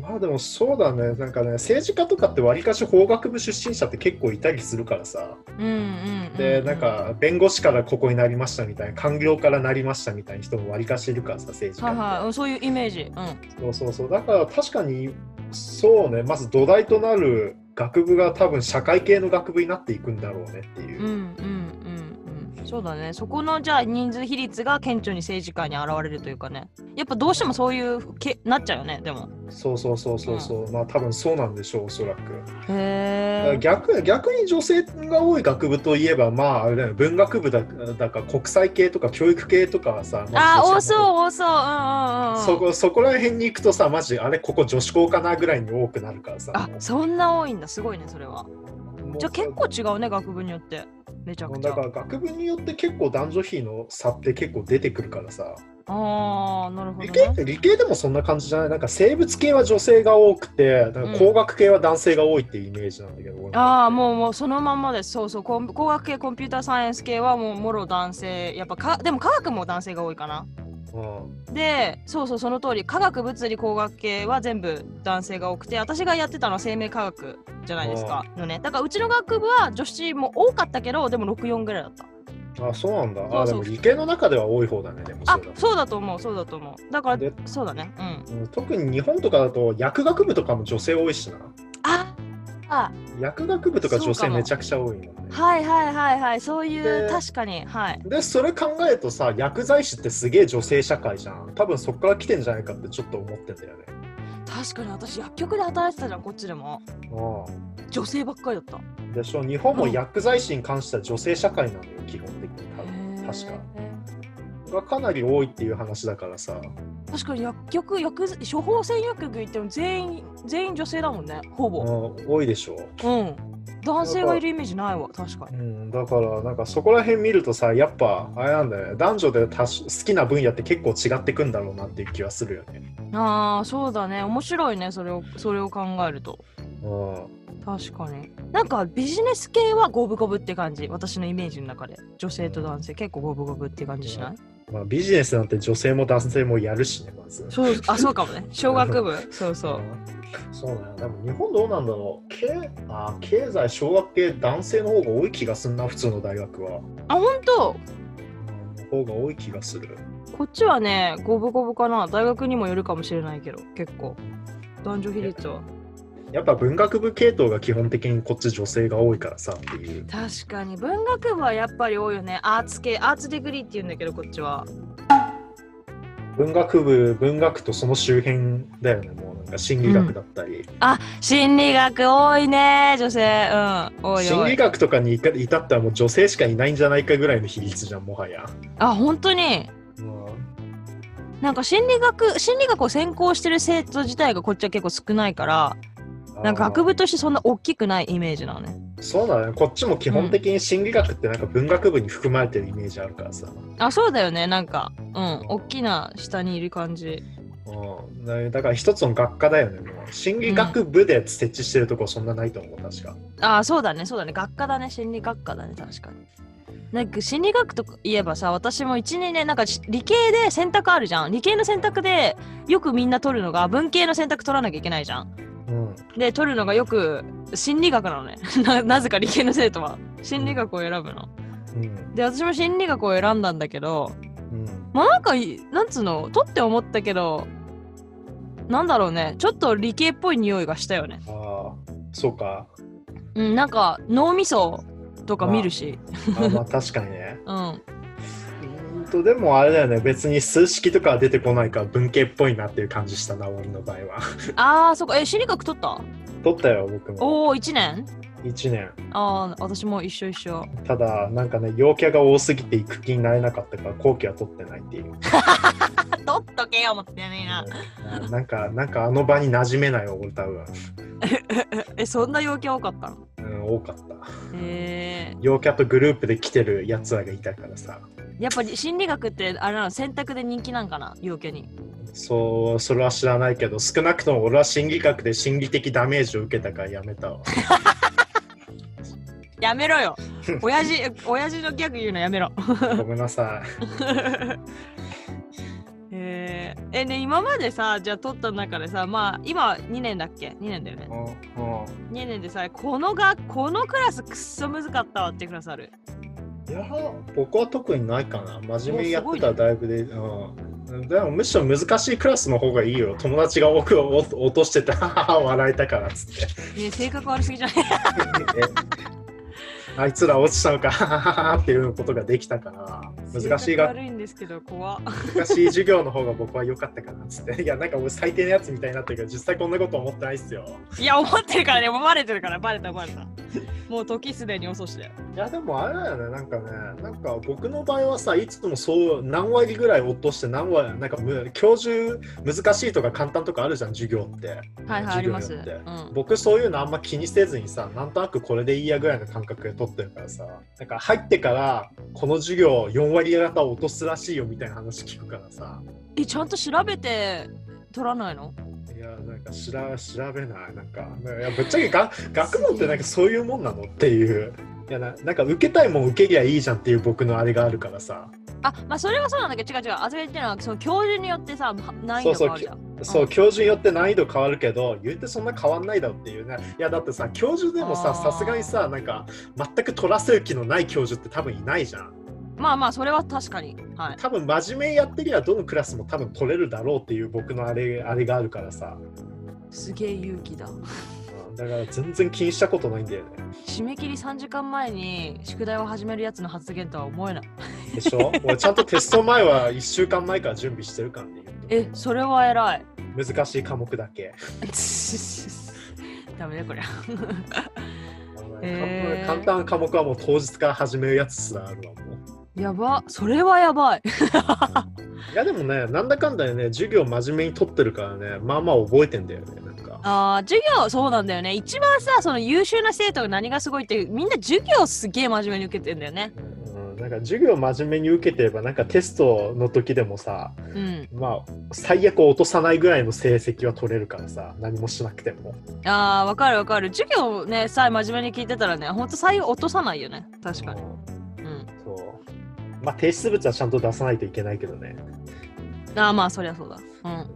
Speaker 4: ままあでもそうだね、なんかね、政治家とかってわりかし法学部出身者って結構いたりするからさ、
Speaker 3: うんうんうん
Speaker 4: で、なんか弁護士からここになりましたみたいな、官僚からなりましたみたいな人もわりかしいるからさ、政治家
Speaker 3: は
Speaker 4: っ
Speaker 3: い
Speaker 4: て。
Speaker 3: はいうんそういうイメージうん
Speaker 4: そうそうそう、だから確かに、そうね、まず土台となる学部が多分社会系の学部になっていくんだろうねっていうう。
Speaker 3: んうんうんうんそうだねそこのじゃあ人数比率が顕著に政治家に現れるというかねやっぱどうしてもそういうけなっちゃうよねでも
Speaker 4: そうそうそうそうそう、まあ多分そうなんでしょう、おそらく。
Speaker 3: へえ
Speaker 4: 逆逆に女性が多い学部といえば、まあ、あれだよ文学部だだから国際系とか教育系とかはさ、ま
Speaker 3: あー多
Speaker 4: 女性
Speaker 3: そ
Speaker 4: の
Speaker 3: う多そううんうんうん
Speaker 4: そこそこら辺に行くとさ、マジあれ、ここ女子校かなぐらいに多くなるからさ。
Speaker 3: あそんな多いんだすごいねそれは
Speaker 4: もう
Speaker 3: じゃあ結構違うね学部によってめちゃくち
Speaker 4: だ
Speaker 3: ゃ
Speaker 4: から学部によって結構男女比の差って結構出てくるからさ。
Speaker 3: ああなるほど、
Speaker 4: 理系
Speaker 3: ね
Speaker 4: っ、て理系でもそんな感じじゃないなんか生物系は女性が多くて、なんか工学系は男性が多いってイメージなんだけど、俺の
Speaker 3: ああもうもうそのまんまですそうそうこん工学系コンピューターサイエンス系はもうもろ男性やっぱかでも科学も男性が多いかな
Speaker 4: うん
Speaker 3: でそうそうその通り科学物理工学系は全部男性が多くて私がやってたのは生命科学じゃないですかのねだからうちの学部は女子も多かったけどでも64ぐらいだった
Speaker 4: あ、そうなんだ。
Speaker 3: そ
Speaker 4: あ、
Speaker 3: う
Speaker 4: で
Speaker 3: そう
Speaker 4: も理系の中では多い方だね。でもそ
Speaker 3: あ
Speaker 4: うだ
Speaker 3: そうだと思うそうだと思うだから
Speaker 4: で
Speaker 3: そうだねうん
Speaker 4: うん特に日本とかだと薬学部とかも女性多いしな。
Speaker 3: ああ
Speaker 4: 薬学部とか女
Speaker 3: そう
Speaker 4: 性
Speaker 3: かも
Speaker 4: めちゃくちゃ多いもんね。
Speaker 3: はいはいはいはいそういう
Speaker 4: で
Speaker 3: 確かにはい
Speaker 4: でそれ考えるとさ薬剤師ってすげえ女性社会じゃん多分そこから来てんじゃないかってちょっと思ってんだよね
Speaker 3: 確かに私薬局で働いてたじゃんこっちでも
Speaker 4: あ
Speaker 3: 女性ばっかりだった
Speaker 4: あでしょ日本も
Speaker 3: うん
Speaker 4: 薬剤師に関しては女性社会なのよ基本的に多分確か
Speaker 3: へ
Speaker 4: がかなり多いっていう話だからさ
Speaker 3: ー確かに薬局薬剤処方箋薬局行っても全員全員女性だもんねほぼ
Speaker 4: うん多いでしょ
Speaker 3: うん。男性がいるイメージないわ、確か
Speaker 4: う
Speaker 3: に。
Speaker 4: んだからなんかそこら辺見るとさやっぱあれなんだよね男女で多種好きな分野って結構違ってくんだろうなっていう気はするよね
Speaker 3: ああ、そうだね。面白いね、それを、それを考えると。
Speaker 4: うん
Speaker 3: 確かに。なんかビジネス系は五分五分って感じ。私のイメージの中で。女性と男性、結構五分五分って感じしない、
Speaker 4: まあ、ビジネスなんて女性も男性もやるしねまず
Speaker 3: そう、あ、そうかも ね。小学部。そうそう。
Speaker 4: そうね、でも日本どうなんだろう経あ経済、小学系、男性の方が多い気がするな、普通の大学は。
Speaker 3: あ、ほんと
Speaker 4: うんの方が多い気がする。
Speaker 3: こっちはね、五分五分かな。大学にもよるかもしれないけど、結構。男女比率は。
Speaker 4: やっぱ文学部系統が基本的にこっち女性が多いからさっていう。
Speaker 3: 確かに。文学部はやっぱり多いよね。アーツ系、アーツデグリーって言うんだけど、こっちは。
Speaker 4: 文学部、文学とその周辺だよね、もうなんか心理学だったり。
Speaker 3: 心理学多いね女性うん多い
Speaker 4: 心
Speaker 3: 多
Speaker 4: 理
Speaker 3: い
Speaker 4: 学とかに至至ったらもう女性しかいないんじゃないかぐらいの比率じゃん、もはや。
Speaker 3: あ本当に
Speaker 4: うん
Speaker 3: なんか心理学心理学を専攻してる生徒自体がこっちは結構少ないからなんか学部としてそんな大きくないイメージなのね
Speaker 4: そうだね、こっちも基本的に心理学ってなんか文学部に含まれてるイメージあるからさ。
Speaker 3: あそうだよねなんかうん大きな下にいる感じ
Speaker 4: うん、だだから一つの学科だよね。もう心理学部で設置してるとこそんなないと思う、確か。
Speaker 3: あそうだねそうだね学科だね心理学科だね確かになんか心理学とか言えばさ私も12年、なんかし理系で選択あるじゃん理系の選択でよくみんな取るのが文系の選択取らなきゃいけないじゃん
Speaker 4: うん。
Speaker 3: で取るのがよく心理学なのね ななぜか理系の生徒は心理学を選ぶの
Speaker 4: うん。
Speaker 3: で私も心理学を選んだんだけど
Speaker 4: うん。
Speaker 3: まあなんかいなんつうの取って思ったけどなんだろうねちょっと理系っぽい匂いがしたよね
Speaker 4: ああ、そうか。
Speaker 3: うんなんか脳みそとか見るし、
Speaker 4: あまあ確かにね。
Speaker 3: うん
Speaker 4: うんと、でもあれだよね、別に数式とかは出てこないから文系っぽいなっていう感じしたな、俺の場合は。
Speaker 3: あーそっかえ心理学取った
Speaker 4: 取ったよ、僕も。
Speaker 3: おお1年
Speaker 4: 1年。
Speaker 3: ああ私も一緒一緒
Speaker 4: ただ、なんかね、陽キャが多すぎて行く気になれなかったから、後期は取ってないっていう。
Speaker 3: あ取っとけよ思ってねえな
Speaker 4: うんなんか、なんかあの場に馴染めないよ、俺多分。
Speaker 3: えそんな要件多かったの
Speaker 4: うん、多かった。
Speaker 3: へえ
Speaker 4: 陽キャとグループで来てるやつらがいたからさ
Speaker 3: やっぱり心理学ってあれなの選択で人気なんかな要件に
Speaker 4: そうそれは知らないけど少なくとも俺は心理学で心理的ダメージを受けたからやめたわ
Speaker 3: やめろよ親父親父のギャグ言うのやめろ
Speaker 4: ごめんなさ
Speaker 3: へええね今までさじゃあ取った中でさまあ今2年だっけ2年だよね
Speaker 4: うんうん
Speaker 3: 2年でさこのがこのクラスくっそむずかったわってクラスある
Speaker 4: いや僕は特にないかな真面目にやってた大学で、うん、でもむしろ難しいクラスの方がいいよ友達が奥を落落としてた笑えたからっつって
Speaker 3: ね性格悪すぎじゃない
Speaker 4: あいつら落ちたのかっていうことができたから難しい
Speaker 3: 性格
Speaker 4: が
Speaker 3: 悪いんですけど怖っ
Speaker 4: 難しい授業の方が僕は良かったからっつっていやなんか俺最低なやつみたいになってるけど実際こんなこと思ってないっすよ
Speaker 3: いや思ってるからねもうバレてるからバレたバレたもう時すでに遅しだよ
Speaker 4: いやでもあれだよねなんかねなんか僕の場合はさいつもそう何割ぐらい落として何割なんかむ教授難しいとか簡単とかあるじゃん授業って
Speaker 3: はいはいあります、う
Speaker 4: 授業やって
Speaker 3: ん、
Speaker 4: 僕そういうのあんま気にせずにさなんとなくこれでいいやぐらいの感覚で取ってるからさなんか入ってからこの授業4割方落とすらしいよみたいな話聞くからさ
Speaker 3: えちゃんと調べて取らないの
Speaker 4: いやなんかしら調べないなんかいやぶっちゃけが学問ってなんかそういうもんなのっていういやななんか受けたいもん受けりゃいいじゃんっていう僕のあれがあるからさ
Speaker 3: あまあそれはそうなんだけど違う違うあずれっていうのはその教授によってさ難易度変わるじゃん
Speaker 4: そうう、
Speaker 3: ん
Speaker 4: 教授によって難易度変わるけど、言うてそんな変わんないだろうっていうね。いや、だってさ、教授でも
Speaker 3: あ
Speaker 4: さ、
Speaker 3: ー
Speaker 4: さすがにさ、なんか、全く取らせる気のない教授って多分いないじゃん。
Speaker 3: まあまあそれは確かにはい
Speaker 4: 多分真面目にやってりゃ、どのクラスも多分取れるだろうっていう僕のあれあれがあるからさ。
Speaker 3: すげえ勇気だ
Speaker 4: うんだから全然気にしたことないんだよね。
Speaker 3: 締め切り3時間前に宿題を始めるやつの発言とは思えない
Speaker 4: で しょ俺ちゃんとテスト前は1週間前から準備してるからね。
Speaker 3: えそれは偉い
Speaker 4: 難しい科目だけ。
Speaker 3: ダメだこりゃへー
Speaker 4: 簡単な科目はもう当日から始めるやつすらあるわ、もう。
Speaker 3: やばそれはやばい
Speaker 4: いやでもね、なんだかんだでね、授業真面目に取ってるからね、まあまあ覚えてんだよね、なんか。
Speaker 3: あー授業そうなんだよね一番さその優秀な生徒が何がすごいってみんな授業すげえ真面目に受けてんだよね
Speaker 4: うん、なんか授業真面目に受けてれば、なんかテストの時でもさ、
Speaker 3: うん
Speaker 4: まあ、最悪落とさないぐらいの成績は取れるからさ、何もしなくても。
Speaker 3: あーわかるわかる授業ねさえ真面目に聞いてたらねほんと採用落とさないよね確かに
Speaker 4: うん
Speaker 3: うん
Speaker 4: そう。まあ、提出物はちゃんと出さないといけないけどね。
Speaker 3: あーまあそりゃそうだうん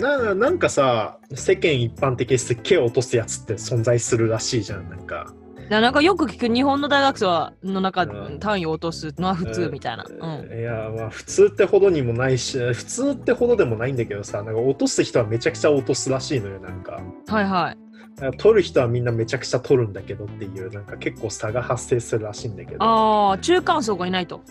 Speaker 4: ななんかさ、世間一般的にすっげえ落とすやつって存在するらしいじゃん、なんか。
Speaker 3: ななんかよく聞く日本の大学生はの中
Speaker 4: うん
Speaker 3: 単位を落とすのは普通みたいな、うん、
Speaker 4: いやまあ普通ってほどにもないし普通ってほどでもないんだけどさなんか落とす人はめちゃくちゃ落とすらしいのよなんか
Speaker 3: はいはい
Speaker 4: なんか取る人はみんなめちゃくちゃ取るんだけどっていうなんか結構差が発生するらしいんだけど、
Speaker 3: ああ中間層がいないと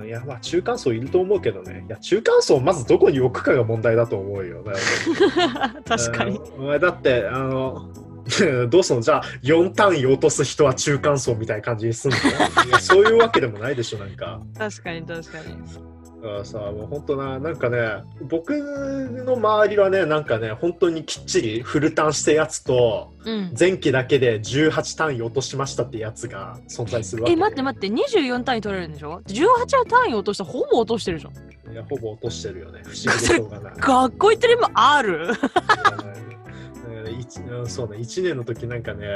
Speaker 4: うん、いやまあ中間層いると思うけどねいや中間層をまずどこに置くかが問題だと思う よだから
Speaker 3: 確かに
Speaker 4: うんお前だってあの どうすんのじゃあ4単位落とす人は中間層みたいな感じにすんのいやそういうわけでもないでしょなんか。
Speaker 3: 確かに確かに
Speaker 4: だからさもう本当ななんかね僕の周りはねなんかね本当にきっちりフルターンしてやつと
Speaker 3: うん
Speaker 4: 前期だけで18単位落としましたってやつが存在するわけ
Speaker 3: え待って待って24単位取れるんでしょ ?18 単位落としたらほぼ落としてるじゃん
Speaker 4: いやほぼ落としてるよね不思議でしょ うがない
Speaker 3: 学校行ってる意味ある
Speaker 4: うんうん一うんそうね1年の時なんかね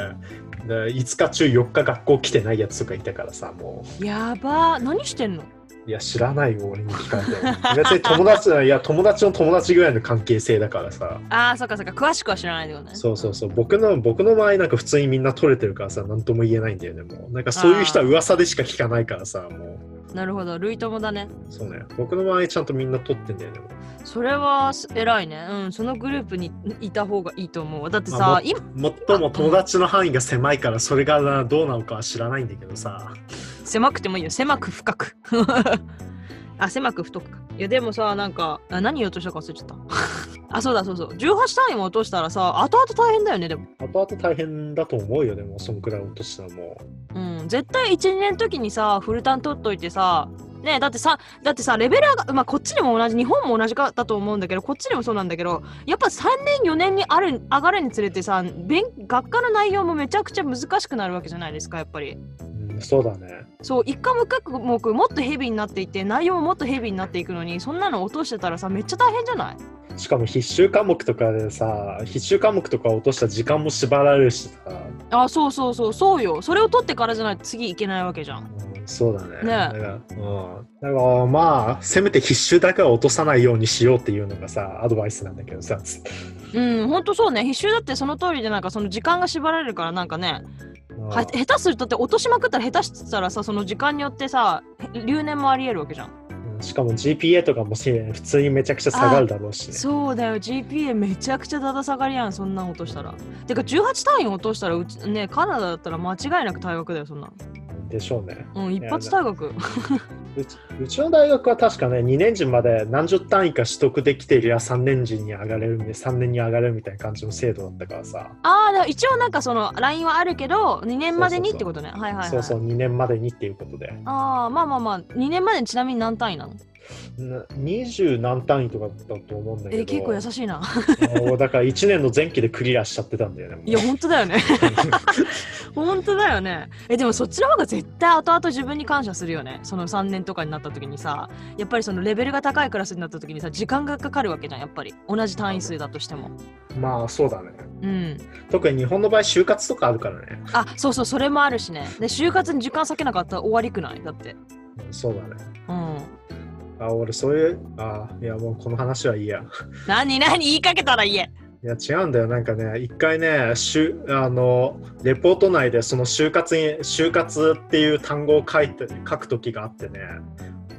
Speaker 4: で5日中4日学校来てないやつとかいたからさも
Speaker 3: やばー何してんの
Speaker 4: ういや知らないよ俺に聞か れても別に友達いや友達の友達ぐらいの関係性だからさ
Speaker 3: あーそっかそっか詳しくは知らないってことね
Speaker 4: そうそうそう僕の僕の場合なんか普通にみんな取れてるからさ何とも言えないんだよねもうなんかそういう人は噂でしか聞かないからさも
Speaker 3: なるほど類友だね
Speaker 4: うそうね僕の場合ちゃんとみんな取ってんだよねも
Speaker 3: それはす偉いねうんそのグループにいた方がいいと思うだって
Speaker 4: まあ
Speaker 3: さ今
Speaker 4: う最も友達の範囲が狭いからそれがなどうなのかは知らないんだけどさ
Speaker 3: 狭くてもいいよ狭く深く あ狭く太くかいやでもさなんかあ何言おうとしたか忘れちゃった あそうだそうそう18単位も落としたらさ後々大変だよねでも
Speaker 4: 後々大変だと思うよでもそんくらい落としたらも
Speaker 3: うん絶対12年の時にさフルターン取っといてさねえだってさだってさレベル上がまあこっちでも同じ日本も同じかだと思うんだけどこっちでもそうなんだけどやっぱ3年4年にある上がるにつれてさ勉学科の内容もめちゃくちゃ難しくなるわけじゃないですかやっぱり
Speaker 4: う、うん、そうだね
Speaker 3: そう一科目一科目もっとヘビーになっていって内容ももっとヘビーになっていくのにそんなの落としてたらさめっちゃ大変じゃない
Speaker 4: しかも必修科目とかでさ必修科目とか落としたら時間も縛られるしさ
Speaker 3: あそうそうそうそうよそれを取ってからじゃないと次いけないわけじゃん
Speaker 4: うんそうだね。
Speaker 3: ね
Speaker 4: だから、うん。だからまあ、せめて必修だけは落とさないようにしようっていうのがさ、アドバイスなんだけどさ。
Speaker 3: うん、ほんとそうね。必修だってその通りで、なんかその時間が縛られるから、なんかね、
Speaker 4: うん
Speaker 3: は下手するとだって落としまくったら下手したらさ、その時間によってさ、留年もあり得るわけじゃん。
Speaker 4: うんしかも GPA とかもし普通にめちゃくちゃ下がるだろうしね。
Speaker 3: そうだよ、GPA めちゃくちゃだだ下がりやん、そんなん落としたら。てか、18単位落としたらうち、ね、カナダだったら間違いなく退学だよ、そんなん。
Speaker 4: でしょうね。
Speaker 3: うん、一発退学。
Speaker 4: うちうちの大学は確かね、2年時まで何十単位か取得できていりゃ3年時に上がれるみたい、3年に上がれるみたいな感じの制度だったからさ。
Speaker 3: ああ、だから一応なんかその LINE はあるけど、2年までにってことね。はいはいはい。
Speaker 4: そうそう、2年までにっていうことで。
Speaker 3: ああ、まあまあまあ、2年までにちなみに何単位なの
Speaker 4: な20何単位とかだったと思うんだけど。
Speaker 3: えー、結構優しいな。
Speaker 4: もうだから1年の前期でクリアしちゃってたんだよね。もう
Speaker 3: いや、本当だよね。 本当だよね。え、でもそっちの方が絶対後々自分に感謝するよね。その3年とかになった時にさ、やっぱりそのレベルが高いクラスになった時にさ、時間がかかるわけじゃん、やっぱり。同じ単位数だとしても。
Speaker 4: まあそうだね。
Speaker 3: うん。
Speaker 4: 特に日本の場合、就活とかあるからね。
Speaker 3: あ、そうそう、それもあるしね。で、就活に時間割けなかったら終わりくないだって。
Speaker 4: そうだね。
Speaker 3: うん。
Speaker 4: あ、俺そういう、あ、いやもうこの話はいいや。
Speaker 3: 何何言いかけたら言え。
Speaker 4: いや違うんだよ。なんかね、一回ね、しゅあの、レポート内でその就活に、就活っていう単語を書いて、書くときがあってね、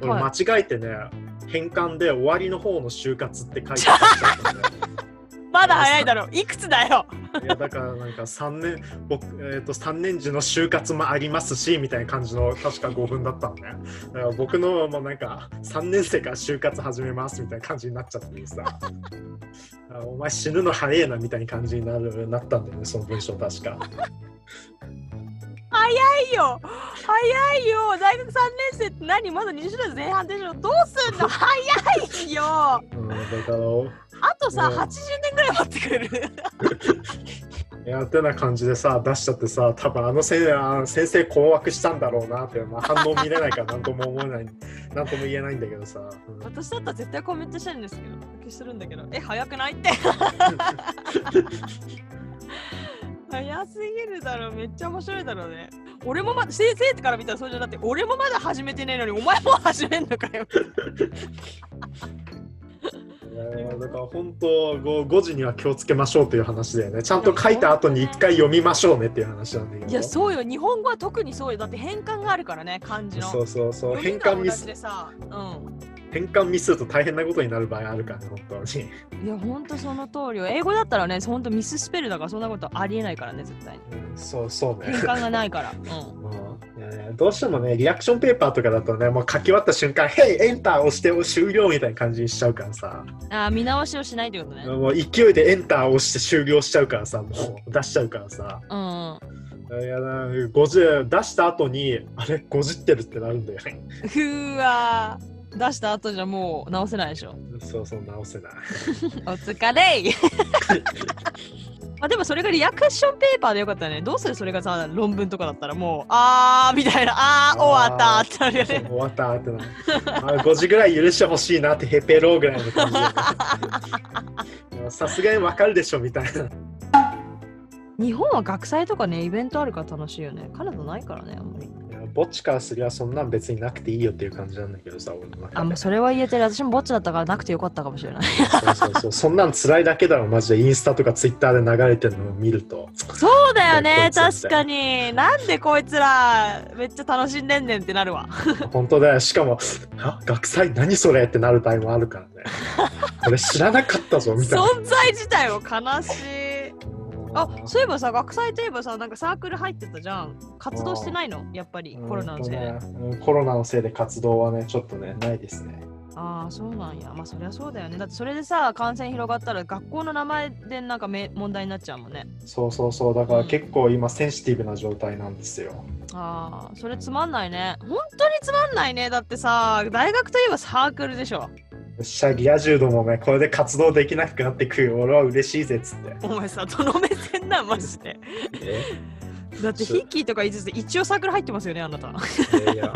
Speaker 4: 俺
Speaker 3: はい
Speaker 4: 間違えてね、変換で終わりの方の就活って書いてあったんだよね。
Speaker 3: まだ早いだろ。いくつだよ。
Speaker 4: いやだからなんか3年僕、えー、と3年時の就活もありますしみたいな感じの確か5分だったのねだから僕のもうなんか3年生から就活始めますみたいな感じになっちゃってさあお前死ぬの早えなみたいな感じになるなったんだよねその文章確か
Speaker 3: 早いよ早いよ大学3年生って何まだ20代前半でしょどうすん の早いよあ
Speaker 4: うんだから
Speaker 3: とさ、
Speaker 4: うん
Speaker 3: 80年ぐらい待ってくれ る
Speaker 4: いやってな感じでさ出しちゃってさ多分あのせあー先生困惑したんだろうなって、まあ、反応見れないから何とも思えない何とも言えないんだけどさ、うん
Speaker 3: 私だったら絶対コメントしたいんですけど消するんだけどえ早く ないって早すぎるだろめっちゃ面白いだろうね俺もまだ先生から見たらそうじゃなくて俺もまだ始めてねえのにお前も始めんのかよ
Speaker 4: いやーだから本当ご5時には気をつけましょうという話だよねちゃんと書いた後に一回読みましょうねっていう話なんだけど
Speaker 3: いやそうよ日本語は特にそうよだって変換があるからね漢字の
Speaker 4: そうそうそう
Speaker 3: 読
Speaker 4: 変
Speaker 3: みが
Speaker 4: 換ミ
Speaker 3: 同じ
Speaker 4: ス
Speaker 3: でさうん
Speaker 4: 変換ミスると大変なことになる場合あるからね本当に
Speaker 3: いや、ほんとその通りよ。英語だったらね、ほんとミススペルだから、そんなことありえないからね、絶対に。
Speaker 4: うんそうそう
Speaker 3: 変
Speaker 4: ね
Speaker 3: 換がない から。うん。
Speaker 4: うんいやいやどうしてもねリアクションペーパーとかだとねもう書き終わった瞬間「ヘイエンター」押して終了みたいな感じにしちゃうからさ
Speaker 3: あー見直しをしないってことね。
Speaker 4: もう勢いでエンター押して終了しちゃうからさもう出しちゃうからさ
Speaker 3: うんうん。
Speaker 4: いやな50出した後にあれ50ってるってなるんだよね
Speaker 3: ふーわー。出した後じゃもう直せないでしょ。
Speaker 4: そうそう直せない
Speaker 3: お疲れい あでもそれがリアクションペーパーでよかったね。どうするそれがさ、論文とかだったらもう、あーみたいな、あー終わったってなるよ
Speaker 4: そう
Speaker 3: ね。
Speaker 4: 終わったってなあ5時ぐらい許してほしいなってヘペローぐらいの感じで、ね、さすがにわかるでしょみたいな
Speaker 3: 日本は学祭とかね、イベントあるから楽しいよね。カナダないからね、あんまり。
Speaker 4: ぼっちからすりゃそんなん別になくていいよっていう感じなんだけどさ俺の中で
Speaker 3: あ、もうそれは言えてる。私もぼっちだったからなくてよかったかもしれない。
Speaker 4: そうそうそうそんなん辛いだけだろマジでインスタとかツイッターで流れてるのを見ると
Speaker 3: そうだよね、
Speaker 4: こいつ
Speaker 3: 確かに。なんでこいつら、めっちゃ楽しんでんねんってなるわ。
Speaker 4: 本当だよしかも「あ学祭何それ?」ってなるタイムあるからね俺知らなかったぞみたいな
Speaker 3: 存在自体を悲しい。あ、そういえばさ、学祭といえばさ、なんかサークル入ってたじゃん。活動してないのやっぱり、コロナのせいで。
Speaker 4: うんうんコロナのせいで活動はねちょっとねないですね
Speaker 3: ああ、そうなんや。まあ、そりゃそうだよね。だってそれでさ、感染広がったら、学校の名前でなんかめ問題になっちゃうもんね。
Speaker 4: そうそうそうだから結構今センシティブな状態なんですよ。
Speaker 3: ああ、それつまんないね。本当につまんないね。だってさ、大学といえばサークルでしょ。
Speaker 4: よっしゃリア充どもねこれで活動できなくなってくる俺は嬉しいぜっつって。
Speaker 3: お前さ、どの目線なん、マジで。だってヒッキーとか言いつつ一応サークル入ってますよねあなた
Speaker 4: いやいや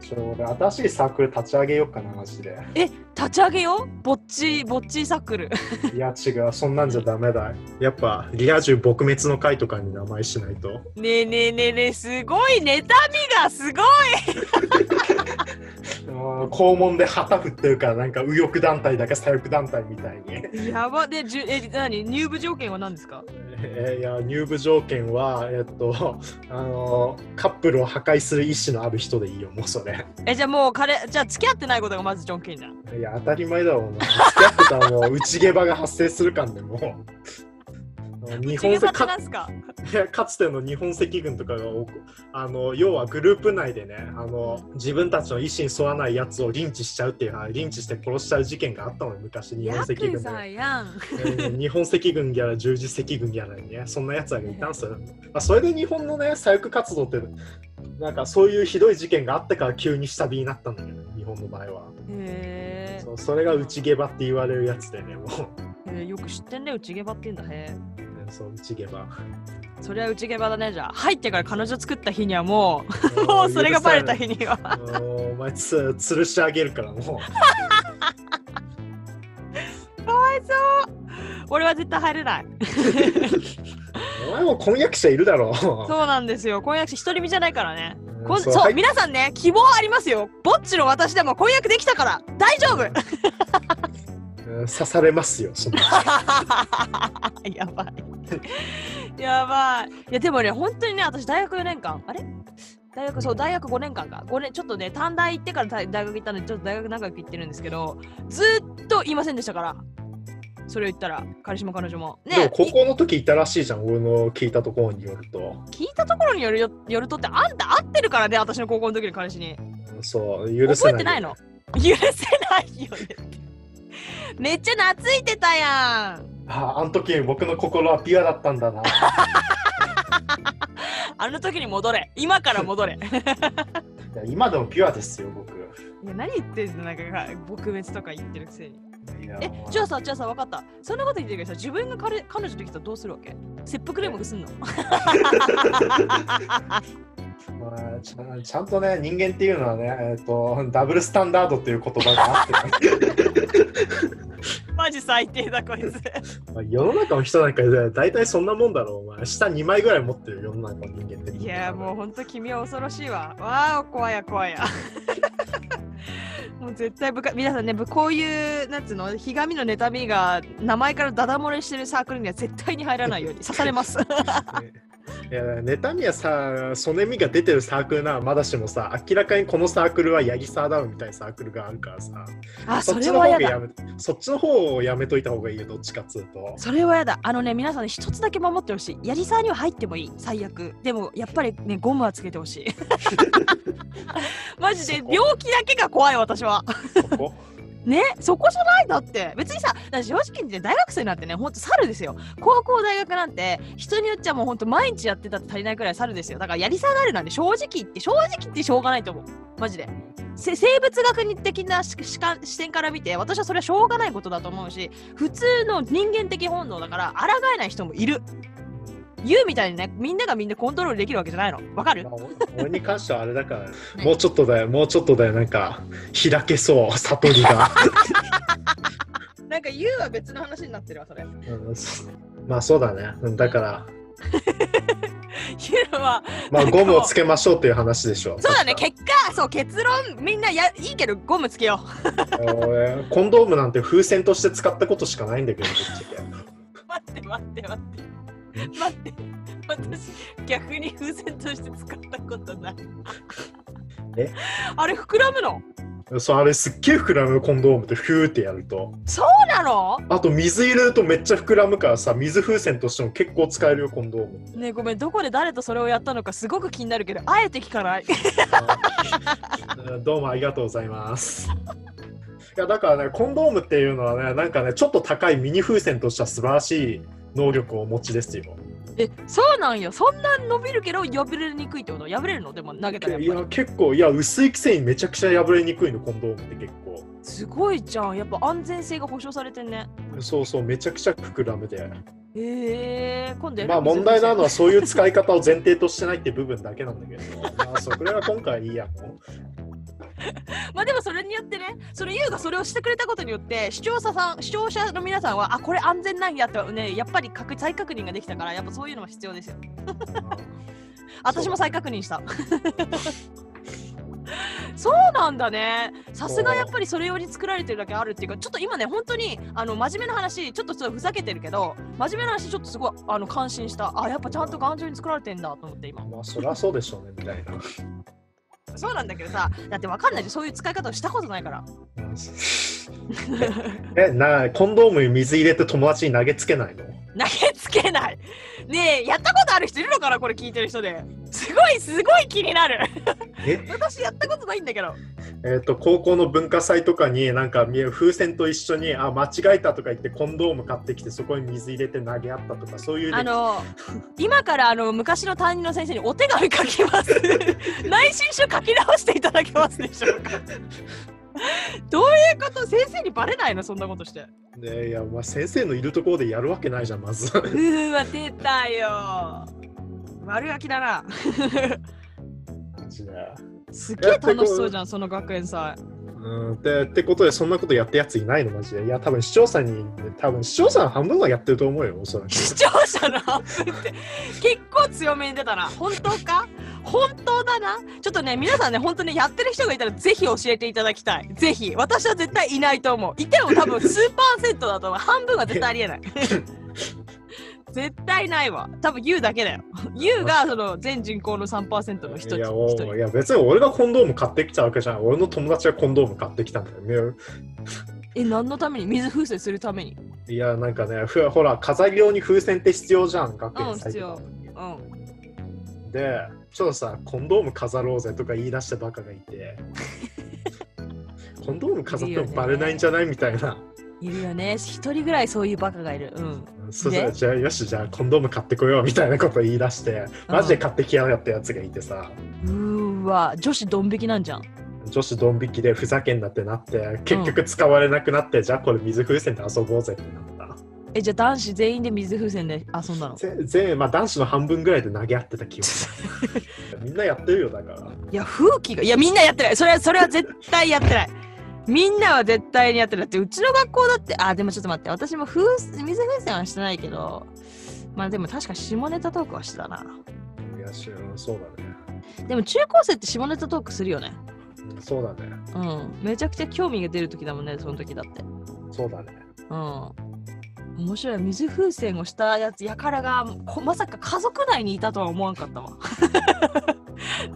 Speaker 4: ちょ俺新しいサークル立ち上げようかなマジで
Speaker 3: 立ち上げよぼっちぼっちサークル
Speaker 4: いや違うそんなんじゃダメだやっぱリア充撲滅の会とかに名前しないと
Speaker 3: ねえねえねえねえすごい妬みがすごい
Speaker 4: うん肛門で旗振ってるからなんか右翼団体だか左翼団体みたいに
Speaker 3: やばでじゅえ何入部条件は何ですか
Speaker 4: えいや入部条件はえっとあのカップルを破壊する意思のある人でいいよもうそれ
Speaker 3: えじゃあもう彼じゃあ付き合ってないことがまず条件だ
Speaker 4: いや当たり前だろうな付き合ってたらもう内毛場が発生するかんでも う日本
Speaker 3: 重
Speaker 4: で
Speaker 3: さって
Speaker 4: か
Speaker 3: なんすか
Speaker 4: いやかつての日本赤軍とかが多くあの要はグループ内でねあの自分たちの意思に沿わないやつをリンチしちゃうっていうあリンチして殺しちゃう事件があったのよ昔日本
Speaker 3: ヤ
Speaker 4: 赤軍
Speaker 3: ク
Speaker 4: で
Speaker 3: ザやん
Speaker 4: うん 日本赤軍ギャラ十字赤軍ギャラにねそんなやつらがいたんすよ、まあ、それで日本のね左翼活動ってなんかそういうひどい事件があってから急に下火になったんだけど日本の場合は
Speaker 3: へ
Speaker 4: そうそれが内毛場って言われるやつでねもう
Speaker 3: えへえよく知ってんねうちげばってんだへえ
Speaker 4: うんそう内毛場
Speaker 3: そりゃうちげばだねじゃあ入ってから彼女作った日にはもう もうそれがバレた日には
Speaker 4: あのーお前つ吊るし上げるからも
Speaker 3: 俺は絶対入れないう
Speaker 4: お前も婚約者いるだろ
Speaker 3: そうなんですよ婚約者独り身じゃないからね
Speaker 4: うん
Speaker 3: こんそう、
Speaker 4: はい
Speaker 3: 皆さんね希望ありますよぼっちの私でも婚約できたから大丈夫
Speaker 4: うん刺されますよその
Speaker 3: やばい やばいいやでもね本当にね私大学4年間あれ大学そう大学5年間か5年ちょっとね短大行ってから大大学行ったんでちょっと大学長く行ってるんですけどずーっと言いませんでしたからそれを言ったら彼氏も彼女も
Speaker 4: で
Speaker 3: ね
Speaker 4: も高
Speaker 3: い
Speaker 4: 校の時いたらしいじゃん俺の聞いたところによると
Speaker 3: 聞いたところによるよよるとってあんた合ってるからね私の高校の時の彼氏に
Speaker 4: うんそう許せ
Speaker 3: 覚
Speaker 4: ない
Speaker 3: えてないの許せないよねめっちゃ懐いてたやん
Speaker 4: あああの時僕の心はピュアだったんだない
Speaker 3: あの時に戻れ今から戻れ
Speaker 4: や今でもピュアですよ 僕
Speaker 3: いや何言ってんのなんか撲滅とか言ってるくせに
Speaker 4: いや
Speaker 3: えじゃあさじゃあさ分かったそんなこと言ってるけどさ自分が彼彼女できたらどうするわけ切腹でもすんの
Speaker 4: まあちゃんちゃんとね人間っていうのはね、えー、とダブルスタンダードっていう言葉があってね
Speaker 3: マジ最低だこいつ
Speaker 4: まあ世の中の人なんかで大体そんなもんだろう、お前。下2枚ぐらい持ってる世の中の人間って。
Speaker 3: いやもうほんと君は恐ろしいわわあ怖いや怖いや もう絶対部下皆さんねぶこういうなんつうのひがみの妬みが名前からダダ漏れしてるサークルには絶対に入らないように刺され ます
Speaker 4: いや、妬みやさ、そねみが出てるサークルならまだしもさ、明らかにこのサークルはヤギサーダウンみたいなサークルがあるからさ、
Speaker 3: あそ
Speaker 4: っ
Speaker 3: れ
Speaker 4: ちの
Speaker 3: は
Speaker 4: 方
Speaker 3: や
Speaker 4: が
Speaker 3: だ
Speaker 4: やめそっちの方をやめといた方がいいよ、どっちかっつうと。
Speaker 3: それはやだあのね皆さんね一つだけ守ってほしいやりさーには入ってもいい最悪でもやっぱりねゴムはつけてほしい マジで
Speaker 4: そこ
Speaker 3: 病気だけが怖い私は
Speaker 4: そ こ
Speaker 3: ねそこじゃないだって別にさだから正直にね大学生なんてねほんと猿ですよ高校大学なんて人によっちゃもうほんと毎日やってたって足りないくらい猿ですよだからやり下がるなんで正直言って正直言ってしょうがないと思うマジでせ生物学的なし視観視点から見て私はそれはしょうがないことだと思うし普通の人間的本能だから抗えない人もいる言うみたいにねみんながみんなコントロールできるわけじゃないのわかる
Speaker 4: まあ俺俺に関してはあれだから、もうちょっとだよ、もうちょっとだよ、なんか、開けそう、悟りが。
Speaker 3: なんか言うは別の話になってるわそ れ
Speaker 4: うんそうまあそうだね。うんだから、
Speaker 3: 言うは
Speaker 4: まあ
Speaker 3: なんか
Speaker 4: ゴムをつけましょうっていう話でしょ。
Speaker 3: そうだね結果そう結論みんなやいいけどゴムつけよ
Speaker 4: 俺コンドームなんて風船として使ったことしかないんだけど、ぶっちゃ
Speaker 3: う待って待って待って待って私逆に風船として使ったことない
Speaker 4: え
Speaker 3: あれ膨らむの
Speaker 4: けそう、あれすっげえ膨らむコンドームってフューってやると。
Speaker 3: そうなの
Speaker 4: あと水入れるとめっちゃ膨らむからさ、水風船としても結構使えるよ、コンドーム。
Speaker 3: ねえごめんどこで誰とそれをやったのかすごく気になるけどあえて聞かない
Speaker 4: あどうもありがとうございます。いやだからね、コンドームっていうのはね、なんかね、ちょっと高いミニ風船としては素晴らしい能力をお持ちですよ。
Speaker 3: えそうなんよそんな伸びるけど破れにくいってこと破れるのでも投げたら
Speaker 4: い
Speaker 3: やっぱ
Speaker 4: や、結構、いや、薄いくせにめちゃくちゃ破れにくいの、コンドームって結構。
Speaker 3: りすごいじゃんやっぱ安全性が保証されてんね
Speaker 4: そうそう、めちゃくちゃ膨らむで。
Speaker 3: へえ今度やる
Speaker 4: まあ問題なの
Speaker 3: は
Speaker 4: はそういう使い方を前提としてないって部分だけなんだけど、まあそれは今回いいやもう。
Speaker 3: まあでもそれによってね、それ優がそれをしてくれたことによって、視聴者さん、視聴者の皆さんは、あ、これ安全なんやってね、やっぱり確再確認ができたから、やっぱそういうのは必要 ですよ。私も再確認した。そうなんだね。さすがやっぱりそれ用に作られてるだけあるっていうか、ちょっと今ね、本当にあの真面目な話、ちょっとちょっとふざけてるけど、真面目な話、ちょっとすごいあの感心した。あ、やっぱちゃんと頑丈に作られてんだと思って今。
Speaker 4: まあそりゃそうでしょうねみたいな。
Speaker 3: そうなんだけどさ、だってわかんないじゃん、そういう使い方をしたことないから。
Speaker 4: えなコンドームに水入れて友達に投げつけないの
Speaker 3: 投げつけないねえやったことある人いるのかなこれ聞いてる人ですごいすごい気になる
Speaker 4: え
Speaker 3: 私やったことないんだけど
Speaker 4: えっと高校の文化祭とかになんかみ風船と一緒にあ間違えたとか言ってコンドーム買ってきてそこに水入れて投げ合ったとかそういう
Speaker 3: あの今からあの昔の担任の先生にお手紙書き ます内申書書き直していただけますでしょうかどういうこと先生にバレないのそんなことして
Speaker 4: ねいやまあ先生のいるところでやるわけないじゃんまず
Speaker 3: うーわ出たよ悪ガキだな
Speaker 4: マジです
Speaker 3: げえ楽しそうじゃんその学園祭
Speaker 4: うんでってことでそんなことやったやついないのマジでいや多分視聴者に多分視聴者の半分はやってると思うよおそらく
Speaker 3: 視聴者の半分って結構強めに出たな本当か本当だなちょっとね皆さんね本当にやってる人がいたらぜひ教えていただきたいぜひ私は絶対いないと思ういても多分数パーセントだと思う半分は絶対ありえ ない絶対ないわ多分 YOU だけだよ YOU がその全人口の3%の一つ
Speaker 4: いや
Speaker 3: 一
Speaker 4: お
Speaker 3: 人
Speaker 4: いや別に俺がコンドーム買ってきたわけじゃない俺の友達がコンドーム買ってきたんだよね
Speaker 3: え何のために水風船するために
Speaker 4: いやなんかねふほら飾り用に風船って必要じゃん学園祭とか
Speaker 3: うん
Speaker 4: でちょっとさコンドーム飾ろうぜとか言い出したバカがい てコンドーム飾ってもバレないんじゃないみたいない
Speaker 3: るよね一人ぐらいそういうバカがいるうん
Speaker 4: そうそうじゃあよしじゃあコンドーム買ってこようみたいなこと言い出してマジで買ってきやがったやつがいてさ
Speaker 3: うーわ女子ドン引きなんじゃん
Speaker 4: 女子ドン引きでふざけんなってなって結局使われなくなって、じゃあこれ水風船で遊ぼうぜってなった
Speaker 3: えじゃあ男子全員で水風船で遊んだの
Speaker 4: ぜ全まあ男子の半分ぐらいで投げ合ってた気がす るみんなやってるよだから
Speaker 3: いや風紀がいやみんなやってないそれはそれは絶対やってないみんなは絶対にやってないだってうちの学校だってあでもちょっと待って私も風水風船はしてないけどまあでも確か下ネタトークはしてたない
Speaker 4: やしそうだね
Speaker 3: でも中高生って下ネタトークするよね
Speaker 4: うんそうだね
Speaker 3: うんめちゃくちゃ興味が出る時だもんねその時だって
Speaker 4: そうだね
Speaker 3: うん面白い水風船をしたやつやからがこまさか家族内にいたとは思わんかったわ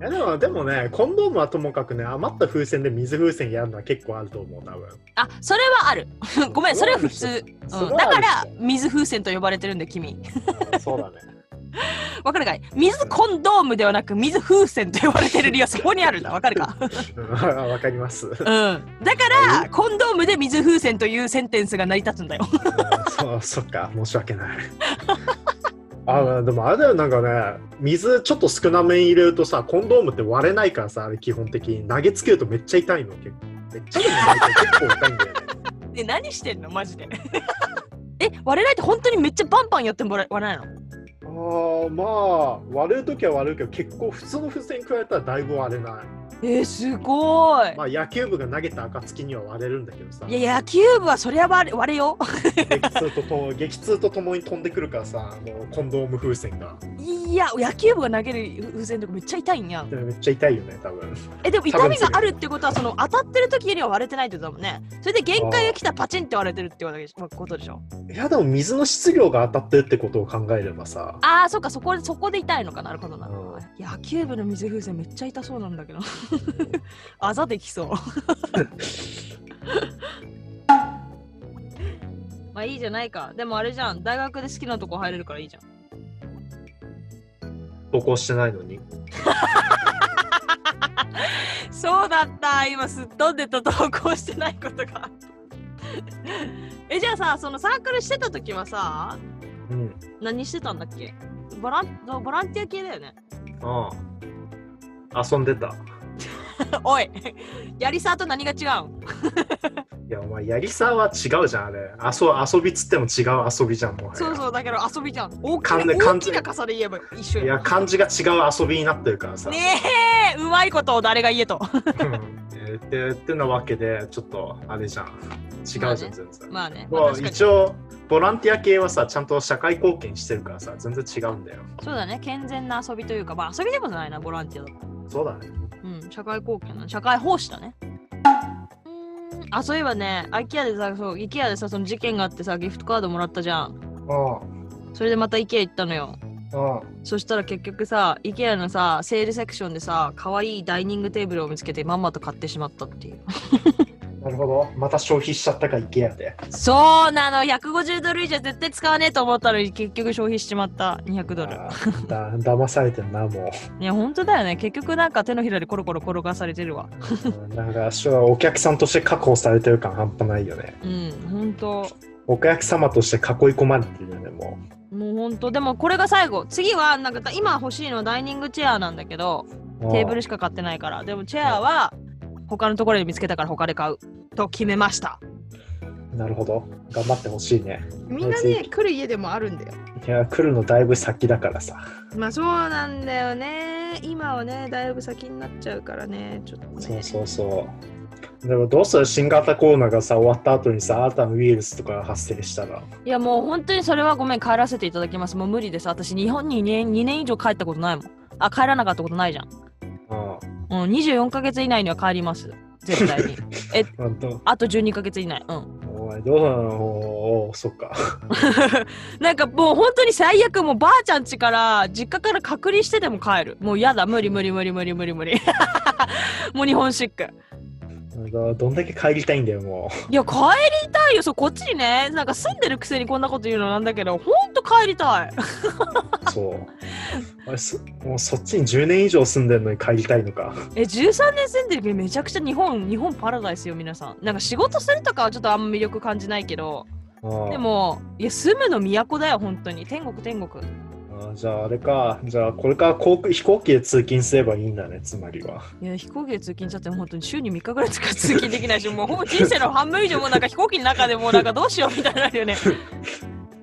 Speaker 4: いやでもでもねコンドームはともかくね余った風船で水風船やるのは結構あると思う多分
Speaker 3: あそれはある ごめんそれは普通
Speaker 4: それ
Speaker 3: うん、
Speaker 4: はあ
Speaker 3: だ
Speaker 4: る
Speaker 3: から水風船と呼ばれてるんで君
Speaker 4: うんそうだね
Speaker 3: わかるかい水コンドームではなく水風船と呼ばれてる 理由はそこにあるんだわかるか
Speaker 4: うん わかります
Speaker 3: うんだからコンドームで水風船というセンテンスが成り立つんだよ
Speaker 4: そうそっか申し訳ないあでもあれだよなんかね水ちょっと少なめに入れるとさコンドームって割れないからさあれ基本的に投げつけるとめっちゃ痛いの結構めっちゃでもないけど結構痛いんだよね
Speaker 3: で何してんのマジで え割れないって本当にめっちゃバンバンやってもらえ割れないの
Speaker 4: あーまあ割れる時は割れるけど結構普通の風船に比べたらだいぶ割れない
Speaker 3: えー、すごい、
Speaker 4: まあ野球部が投げた暁には割れるんだけどさ
Speaker 3: いや野球部はそりゃ割れ割れよ
Speaker 4: 激痛ととも激痛とともに飛んでくるからさあのコンドーム風船が
Speaker 3: いや野球部が投げる風船とかめっちゃ痛いんやん
Speaker 4: でもめっちゃ痛いよね多分
Speaker 3: えでも
Speaker 4: 多
Speaker 3: 痛
Speaker 4: 分
Speaker 3: みがあるってことはその当たってる時よりは割れてないってことだもんねそれで限界が来たらパチンって割れてるってことでしょことでしょ
Speaker 4: いやでも水の質量が当たってるってことを考えればさ
Speaker 3: あーそっかそこそこで痛いのかなるほどな
Speaker 4: うん
Speaker 3: 野球部の水風船めっちゃ痛そうなんだけど あざでき そうまあいいじゃないかでもあれじゃん大学で好きなとこ入れるからいいじゃん
Speaker 4: 投稿してないのに
Speaker 3: そうだった今すっ飛んでと投稿してないことが えじゃあさそのサークルしてた時はさ
Speaker 4: うん
Speaker 3: 何してたんだっけ ボランボランティア系だよね
Speaker 4: ああ遊んでた
Speaker 3: おい、やりさと何が違うん
Speaker 4: いや、お前、やりさは違うじゃん、あれ。あそ遊びつっても違う遊びじゃん、もはや。
Speaker 3: そうそう、だけど遊びじゃん。大き
Speaker 4: 完
Speaker 3: な
Speaker 4: 全完
Speaker 3: 大き
Speaker 4: 全
Speaker 3: な傘で言えば一緒
Speaker 4: い
Speaker 3: や
Speaker 4: や、漢字が違う遊びになってるからさ。
Speaker 3: ねえ、うまいことを誰が言えと。
Speaker 4: うんえーで、ってなわけで、ちょっと、あれじゃん。違うじゃん、全然。
Speaker 3: まあね、ま
Speaker 4: ま
Speaker 3: あ
Speaker 4: あ、
Speaker 3: 確かに
Speaker 4: 一応、ボランティア系はさ、ちゃんと社会貢献してるからさ、全然違うんだよ。
Speaker 3: そうだね、健全な遊びというか、まあ遊びでもないな、ボランティアだと。
Speaker 4: そうだね。
Speaker 3: うん、社会貢献な、社会奉仕だね。うーんあ、そういえばね、IKEA でさ、そう、IKEA でさ、その事件があってさ、ギフトカードもらったじゃん。
Speaker 4: うん。
Speaker 3: それでまた IKEA 行ったのよ。
Speaker 4: うん。
Speaker 3: そしたら結局さ、IKEA のさ、セールセクションでさ、可愛いダイニングテーブルを見つけてまんまと買ってしまったっていう。
Speaker 4: なるほど。また消費しちゃったか、IKEA で。
Speaker 3: そうなの、150ドル以上絶対使わねえと思ったのに結局消費しちまった、200ドル。
Speaker 4: あーだ騙されてんな、も
Speaker 3: いや、本当だよね。結局なんか手のひらでコロコロ転がされてるわ。
Speaker 4: う。うんなんか、お客さんとして確保されてる感半端ないよね。
Speaker 3: うん、本当。
Speaker 4: お客様として囲い込まれてるよね、も
Speaker 3: もう本当でもこれが最後次はなんか今欲しいのはダイニングチェアなんだけど
Speaker 4: う。
Speaker 3: テーブルしか買ってないからでもチェアは他のところで見つけたから他で買うと決めました
Speaker 4: うんなるほど。頑張ってほしいね。
Speaker 5: みんなね来る家でもあるんだよ
Speaker 4: いや、来るのだいぶ先だからさ。
Speaker 5: まあそうなんだよね今はねだいぶ先になっちゃうからねちょっとね
Speaker 4: そうそうそう。でもどうする新型コロナがさ終わった後にさ新たなウイルスとかが発生したら
Speaker 3: いやもう本当にそれはごめん帰らせていただきますもう無理です私日本に 2, 年2年以上帰ったことないもんあ帰らなかったことないじゃん、
Speaker 4: あ
Speaker 3: うん、24ヶ月以内には帰ります絶対 に
Speaker 4: あど
Speaker 3: あと12ヶ月以内うん
Speaker 4: お前どうなのおーそっか
Speaker 3: なんかもう本当に最悪もうばあちゃん家から実家から隔離してでも帰るもうやだ無理無理無理無理無理無理 もう日本シック
Speaker 4: どどんだけ帰りたいんだよも
Speaker 3: いや帰りたいよそうこっちにねなんか住んでるくせにこんなこと言うのなんだけどほんと帰りたいう
Speaker 4: そうあれそもうそっちに10年以上住んでるのに帰りたいのか
Speaker 3: え13年住んでるけどめちゃくちゃ日本日本パラダイスよ皆さんなんか仕事するとかはちょっとあんま魅力感じないけど
Speaker 4: ああ
Speaker 3: でもいや住むの都だよ本当に天国天国
Speaker 4: ああじゃああれかじゃあこれから航空飛行機で通勤すればいいんだねつまりはい
Speaker 3: や飛行機で通勤しちゃってもう本当に週に3日ぐらいしか通勤できないしもうほぼ人生の半分以上もうなんか飛行機の中でもうなんかどうしようみたいになるよ ね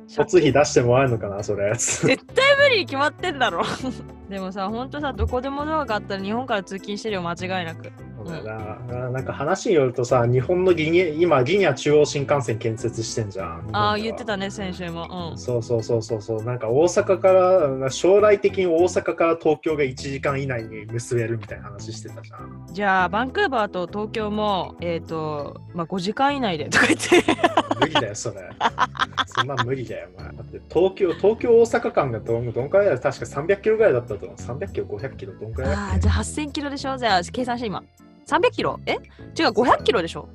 Speaker 4: 交通費出してもらえるのかなそれ
Speaker 3: 絶対無理に決まってんだろ でもさほんとさどこでもドアがあったら日本から通勤してるよ間違いなく
Speaker 4: そうだよなあなんか話によるとさ日本のギニ今ギニア中央新幹線建設してんじゃん
Speaker 3: ああ
Speaker 4: 日
Speaker 3: 言
Speaker 4: 本では
Speaker 3: ってたね先週も
Speaker 4: そうそうそうそうそうなんか大阪から将来的に大阪から東京が1時間以内に結べるみたいな話してたじゃん
Speaker 3: うんじゃあバンクーバーと東京もえっ、とまあ5時間以内でとか言って
Speaker 4: 無理だ よそれそんなん無理だよお前だって東京東京大阪間がどんどんくらいだ確か300キロぐらいだったと思う300キロ500キロどんくらいだ
Speaker 3: ああじゃあ8000キロでしょじゃあ計算して今300キロえ違う500キロでしょ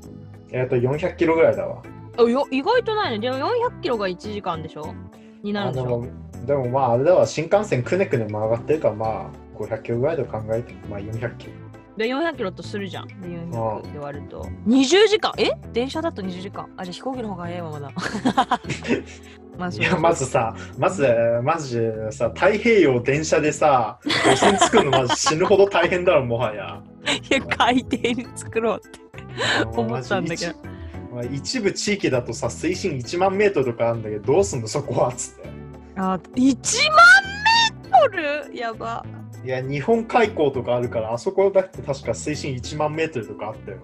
Speaker 4: えっと400キロぐらいだわ
Speaker 3: あよ意外とないねでも400キロが1時間でしょになるんで
Speaker 4: で
Speaker 3: しょ
Speaker 4: もでもまああれだわ新幹線くねくね曲がってるからまあ500キロぐらいで考えてまあ400キロ
Speaker 3: で400キロとするじゃんで
Speaker 4: ああ
Speaker 3: 400って割ると20時間え電車だと20時間あじゃあ飛行機の方がええわ まだまあ
Speaker 4: い
Speaker 3: そう
Speaker 4: や まずさまずまずさ太平洋電車でさ路線作るのまず死ぬほど大変だろもはや
Speaker 3: いや海底に作ろうって思ったんだけど
Speaker 4: まあ一部地域だとさ水深1万メートルとかあるんだけどどうすんのそこはっつって
Speaker 3: あ1万メートルやば
Speaker 4: いや日本海溝とかあるからあそこだって確か水深1万メートルとかあったよ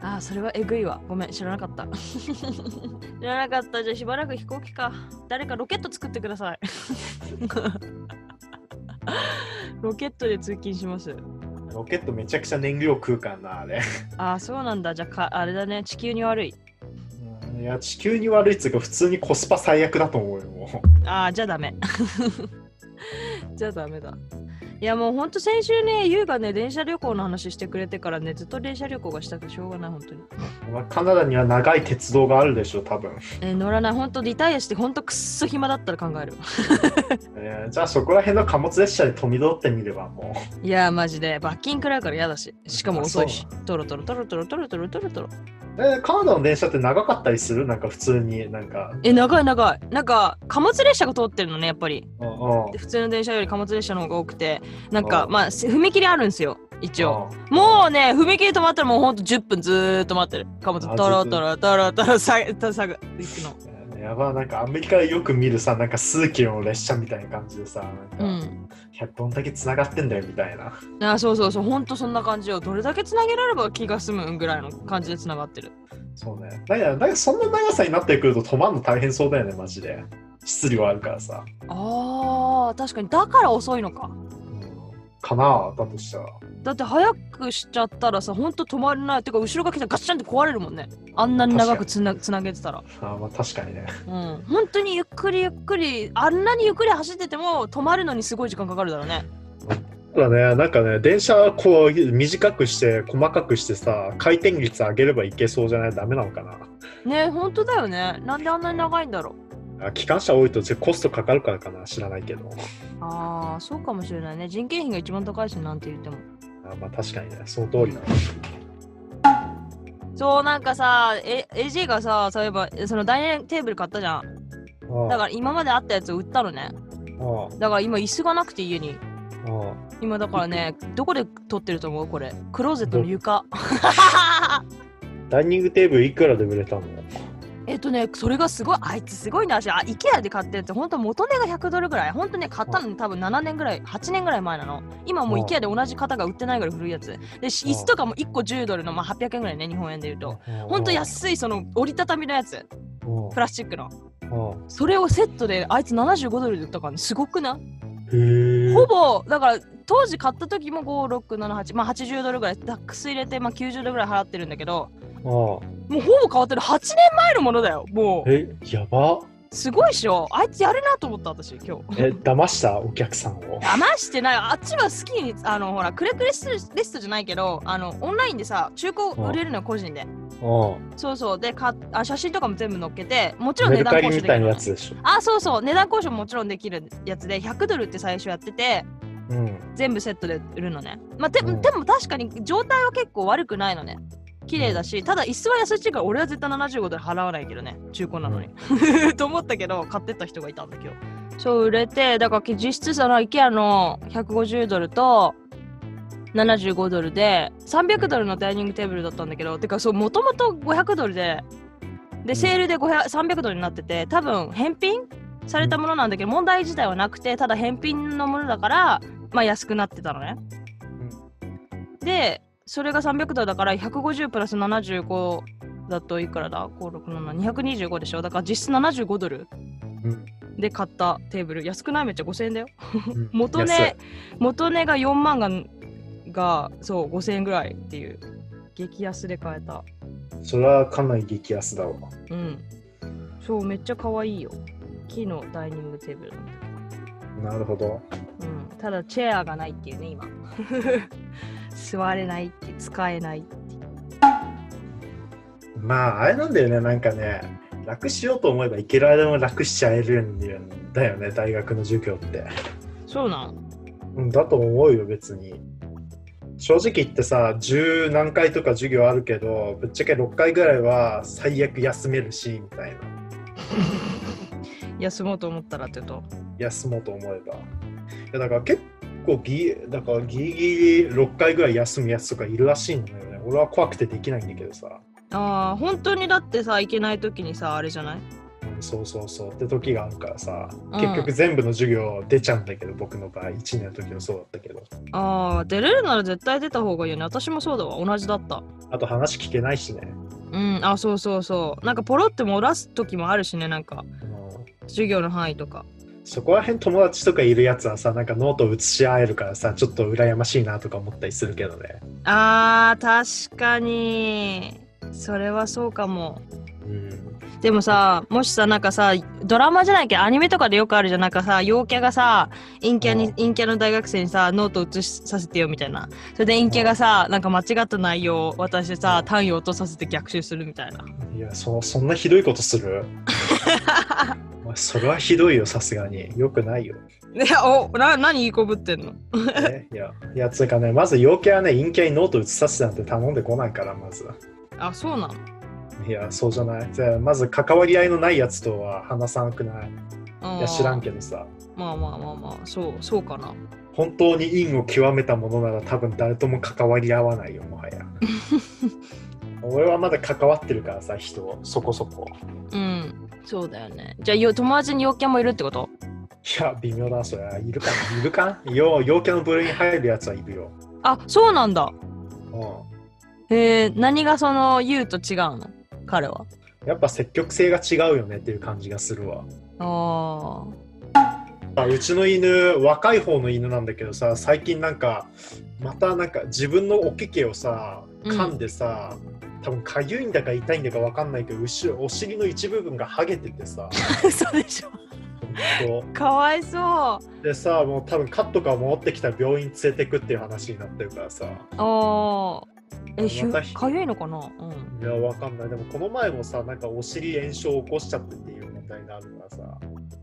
Speaker 3: あそれはえぐいわごめん知らなかった 知らなかったじゃあしばらく飛行機か誰かロケット作ってくださ いロケットで通勤します
Speaker 4: ロケットめちゃくちゃ燃料食うからなあれ
Speaker 3: あそうなんだじゃあかあれだね地球に悪い
Speaker 4: うんいや地球に悪いっつうか普通にコスパ最悪だと思うよも
Speaker 3: あーじゃあダメ じゃあダメだいやもうほんと先週ね優がね電車旅行の話してくれてからねずっと電車旅行がしたくてしょうがない本当に
Speaker 4: うまあカナダには長い鉄道があるでしょ多分
Speaker 3: えー乗らない本当リタイアして本当くっそ暇だったら考える
Speaker 4: えーじゃあそこら辺の貨物列車で飛び通ってみればも
Speaker 3: いやーマジで罰金食らうから嫌だししかも遅いし
Speaker 4: あ
Speaker 3: トロトロトロトロトロトロトロトロ
Speaker 4: う。えーカナダの電車って長かったりするなんか普通になんか。
Speaker 3: え長い長いなんか貨物列車が通ってるのねやっぱり
Speaker 4: うんうん
Speaker 3: で普通の電車より貨物列車の方が多くてなんか
Speaker 4: あー
Speaker 3: まあせ踏切あるんですよ一応。
Speaker 4: あー
Speaker 3: もうね、踏切止まったらもうほんと10分ずーっと待ってる。貨物、
Speaker 4: あ
Speaker 3: トロトロトロトロ下げ、下げ、行くの。
Speaker 4: やばなんかアメリカでよく見るさなんか数キロの列車みたいな感じでさ
Speaker 3: う
Speaker 4: なんか
Speaker 3: ん。
Speaker 4: 100本だけつながってんだよみたいな、
Speaker 3: あそうそうそう、ほんとそんな感じよ。どれだけ繋げられば気が済むぐらいの感じで繋がってる。
Speaker 4: そうねだからだからそんな長さになってくると止まるの大変そうだよねマジで質量あるからさ、
Speaker 3: あー、確かに。だから遅いのか。
Speaker 4: うん、かなだとしたら
Speaker 3: だって早くしちゃったらさ、ほんと止まれない。てか、後ろが来たらガッシャンって壊れるもんね。あんなに長くつなつなげてたら。
Speaker 4: あーまあ確かにね
Speaker 3: うん。本当にゆっくりゆっくり、あんなにゆっくり走ってても止まるのにすごい時間かかるだろうね。
Speaker 4: だねなんかね電車こう短くして細かくしてさ回転率上げればいけそうじゃないとダメなのかな
Speaker 3: ね本当だよね。なんであんなに長いんだろう。
Speaker 4: あ機関車多いとぜコストかかるからかな知らないけど
Speaker 3: ああ、そうかもしれないね。人件費が一番高いし、なんて言っても。
Speaker 4: あーまあ確かにねその通りだね
Speaker 3: そう、なんかさ、え AJ がさ、そういえば、そのダイニングテーブル買ったじゃん。
Speaker 4: ああ
Speaker 3: だから今まであったやつを売ったのね。
Speaker 4: あ
Speaker 3: だから今、椅子がなくて家に。
Speaker 4: あああ
Speaker 3: 今だからね、どこで撮ってると思うこれ。クローゼットの床。
Speaker 4: ダイニングテーブルいくらで売れたの
Speaker 3: えっとね、それがすごい、あいつすごいな、私、あ、IKEA で買ってるって、ほんと元値が100ドルぐらい。ほんとね、買ったのに多分7年ぐらい、8年ぐらい前なの。今もう
Speaker 4: うん
Speaker 3: IKEA で同じ型が売ってないぐらい古いやつ。で、し
Speaker 4: うん
Speaker 3: 椅子とかも1個10ドルの、まあ800円ぐらいね、日本円で言うと。ほ
Speaker 4: 本
Speaker 3: んと
Speaker 4: 当
Speaker 3: 安い、その折りたたみのやつ、プラスチックの。
Speaker 4: へ
Speaker 3: それをセットで、あいつ75ドルで売ったから、ね、すごくない
Speaker 4: え
Speaker 3: ほぼだから当時買った時も5678まあ80ドルぐらいダックス入れて、まあ、90ドルぐらい払ってるんだけど
Speaker 4: ぼ
Speaker 3: もうほぼ変わってる8年前のものだよもう
Speaker 4: えやば
Speaker 3: すごいっしょあいつやるなと思った私今日
Speaker 4: え騙したお客さんを
Speaker 3: 騙してないあっちは好きにあのほらクレクレスレストじゃないけどあのオンラインでさ中古売れるのよ個人で
Speaker 4: うん
Speaker 3: そうそうでかあ写真とかも全部載っけてもちろん
Speaker 4: メ
Speaker 3: 値
Speaker 4: ル
Speaker 3: 段
Speaker 4: カ
Speaker 3: 交渉で
Speaker 4: リみ
Speaker 3: き
Speaker 4: た
Speaker 3: る
Speaker 4: いな
Speaker 3: の
Speaker 4: や
Speaker 3: ね
Speaker 4: つでしょ
Speaker 3: あそうそう値段交渉ももちろんできるやつで100ドルって最初やってて
Speaker 4: うん
Speaker 3: 全部セットで売るのね。まあ、で
Speaker 4: うん
Speaker 3: でも確かに状態は結構悪くないのね。綺麗だし、ただ椅子は安いから俺は絶対75ドル払わないけどね、中古なのに。 と思ったけど、買ってった人がいたんだけど。そう、売れて、だから実質その IKEA の150ドルと75ドルで、300ドルのダイニングテーブルだったんだけど、てかそう、もともと500ドルで、で、セールで500 300ドルになってて、多分返品されたものなんだけど、問題自体はなくて、ただ返品のものだから、まあ安くなってたのね。で、それが300ドルだから150プラス75だといくらだ ?567,225 でしょだから実質75ドル
Speaker 4: うん
Speaker 3: で買ったテーブル。安くないめっちゃ5000円だよ。
Speaker 4: うん
Speaker 3: 元
Speaker 4: 安い
Speaker 3: 値、元値が4万ががそう5000円ぐらいっていう。激安で買えた。
Speaker 4: それはかなり激安だわ
Speaker 3: うん。そう、めっちゃ可愛いよ。木のダイニングテーブルなんだけど
Speaker 4: なるほど
Speaker 3: うん、ただチェアがないっていうね今 座れないって使えない
Speaker 4: まああれなんだよねなんかね楽しようと思えばいける間も楽しちゃえるんだよね大学の授業って
Speaker 3: そうなん
Speaker 4: うんだと思うよ別に正直言ってさ十何回とか授業あるけどぶっちゃけ6回ぐらいは最悪休めるしみたいな
Speaker 3: 休もうと思ったらってと
Speaker 4: 休もうと思えばいやだから結構ギだからギリギリ6回ぐらい休むやつとかいるらしいんだよね俺は怖くてできないんだけどさ、
Speaker 3: ああ本当にだってさ行けない時にさあれじゃない
Speaker 4: うん、そうそうそうって時があるからさ
Speaker 3: うん
Speaker 4: 結局全部の授業出ちゃうんだけど、僕の場合1年の時もそうだったけど
Speaker 3: ああ出れるなら絶対出た方がいいよね私もそうだわ同じだった
Speaker 4: あと話聞けないしね、
Speaker 3: うんあそうそうそうなんかポロって漏らす時もあるしねなんか
Speaker 4: うん
Speaker 3: 授業の範囲とか
Speaker 4: そこら辺友達とかいるやつはさなんかノート写し合えるからさちょっと羨ましいなとか思ったりするけどね、
Speaker 3: あー確かにそれはそうかも
Speaker 4: うん、
Speaker 3: でもさもしさなんかさドラマじゃないけどアニメとかでよくあるじゃんなんかさ陽キャがさ陰キャ
Speaker 4: う
Speaker 3: に
Speaker 4: ん
Speaker 3: 陰キャの大学生にさノート写しさせてよみたいなそれで陰キャがさなんか間違った内容を渡してさ単位を落とさせて逆襲するみたい ない
Speaker 4: やそそんなひどいこと するお前それはひどいよさすがによくないよ
Speaker 3: いやおな何いいこぶってんの
Speaker 4: ね、いや、いやつうかね、まず陽キャはね、陰キャにノート写させてなんて頼んでこないから、まず。
Speaker 3: あそうなの
Speaker 4: いや、そうじゃない。じゃあ、まず関わり合いのないやつとは話さなくない。
Speaker 3: あー
Speaker 4: いや、知らんけどさ。
Speaker 3: まあまあまあまあ、そう、そうかな。
Speaker 4: 本当に因を極めたものなら多分誰とも関わり合わないよもはや俺はまだ関わってるからさ人そこそこ
Speaker 3: うん、そうだよね。じゃあよ、友達に陽キャもいるってこと
Speaker 4: いや微妙だなそりゃいるかないるかよう陽キャの部類に入るやつはいるよ、
Speaker 3: あ、そうなんだ。
Speaker 4: う
Speaker 3: へえ、何がその、言うと違うの彼は。
Speaker 4: ん、やっぱ積極性が違うよねっていう感じがするわ
Speaker 3: あ
Speaker 4: あうちの犬若い方の犬なんだけどさ最近なんかまたなんか自分のおけけをさ噛んでさ、多分かゆいんだか痛いんだかわかんないけど後ろお尻の一部分がハゲててさ
Speaker 3: あ、嘘でしょ。
Speaker 4: ほんと
Speaker 3: かわいそう。
Speaker 4: でさもう多分カットが戻ってきたら病院連れてくっていう話になってるからさ
Speaker 3: ああ。え、ひゅ
Speaker 4: またひ
Speaker 3: かゆいのかなうん。
Speaker 4: いやわかんないでもこの前もさなんかお尻炎症を起こしちゃってっていう問題があるからさ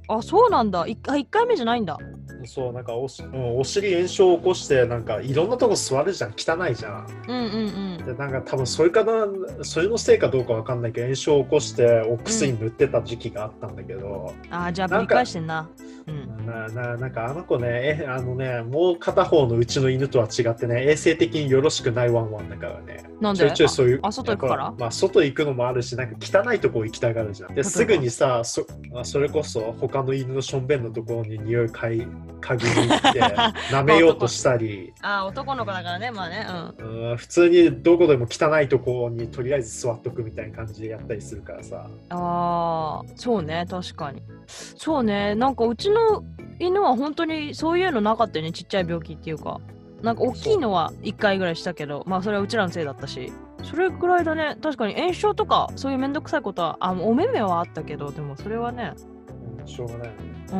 Speaker 3: あ、そうなんだ。いあ、1回目じゃないんだ。
Speaker 4: そうなんかおし、うん、お尻炎症を起こしてなんかいろんなとこ座るじゃん汚いじゃん
Speaker 3: うんうんうん。
Speaker 4: でなんか多分それかなそれのせいかどうかわかんないけど炎症を起こしてお薬塗ってた時期があったんだけど、
Speaker 3: あーじゃあ、ぶ
Speaker 4: なんか
Speaker 3: り返してんな。うん。
Speaker 4: なななんかあの子ねえあのねもう片方のうちの犬とは違ってね衛生的によろしくないワンワンだからね
Speaker 3: なん
Speaker 4: ちょ
Speaker 3: で
Speaker 4: いちょいそういう
Speaker 3: あ外行くから
Speaker 4: やっぱまあ、外行くのもあるしなんか汚いとこ行きたがるじゃん
Speaker 3: 例え
Speaker 4: で
Speaker 3: ば
Speaker 4: すぐにさそあそれこそ他の犬のしょんべんのところに匂い嗅ぎ嗅ぎに行って 舐めようとしたり
Speaker 3: あー男の子だからね、まあね。うん。
Speaker 4: うん普通にどこでも汚いとこにとりあえず座っとくみたいな感じでやったりするからさ
Speaker 3: ああそうね確かにそうねなんかうちの犬は本当にそういうのなかったよねちっちゃい病気っていうかなんか大きいのは1回ぐらいしたけどまあそれはうちらのせいだったしそれぐらいだね確かに炎症とかそういうめんどくさいことはあお目目はあったけどでもそれはね
Speaker 4: うんしょうがないよね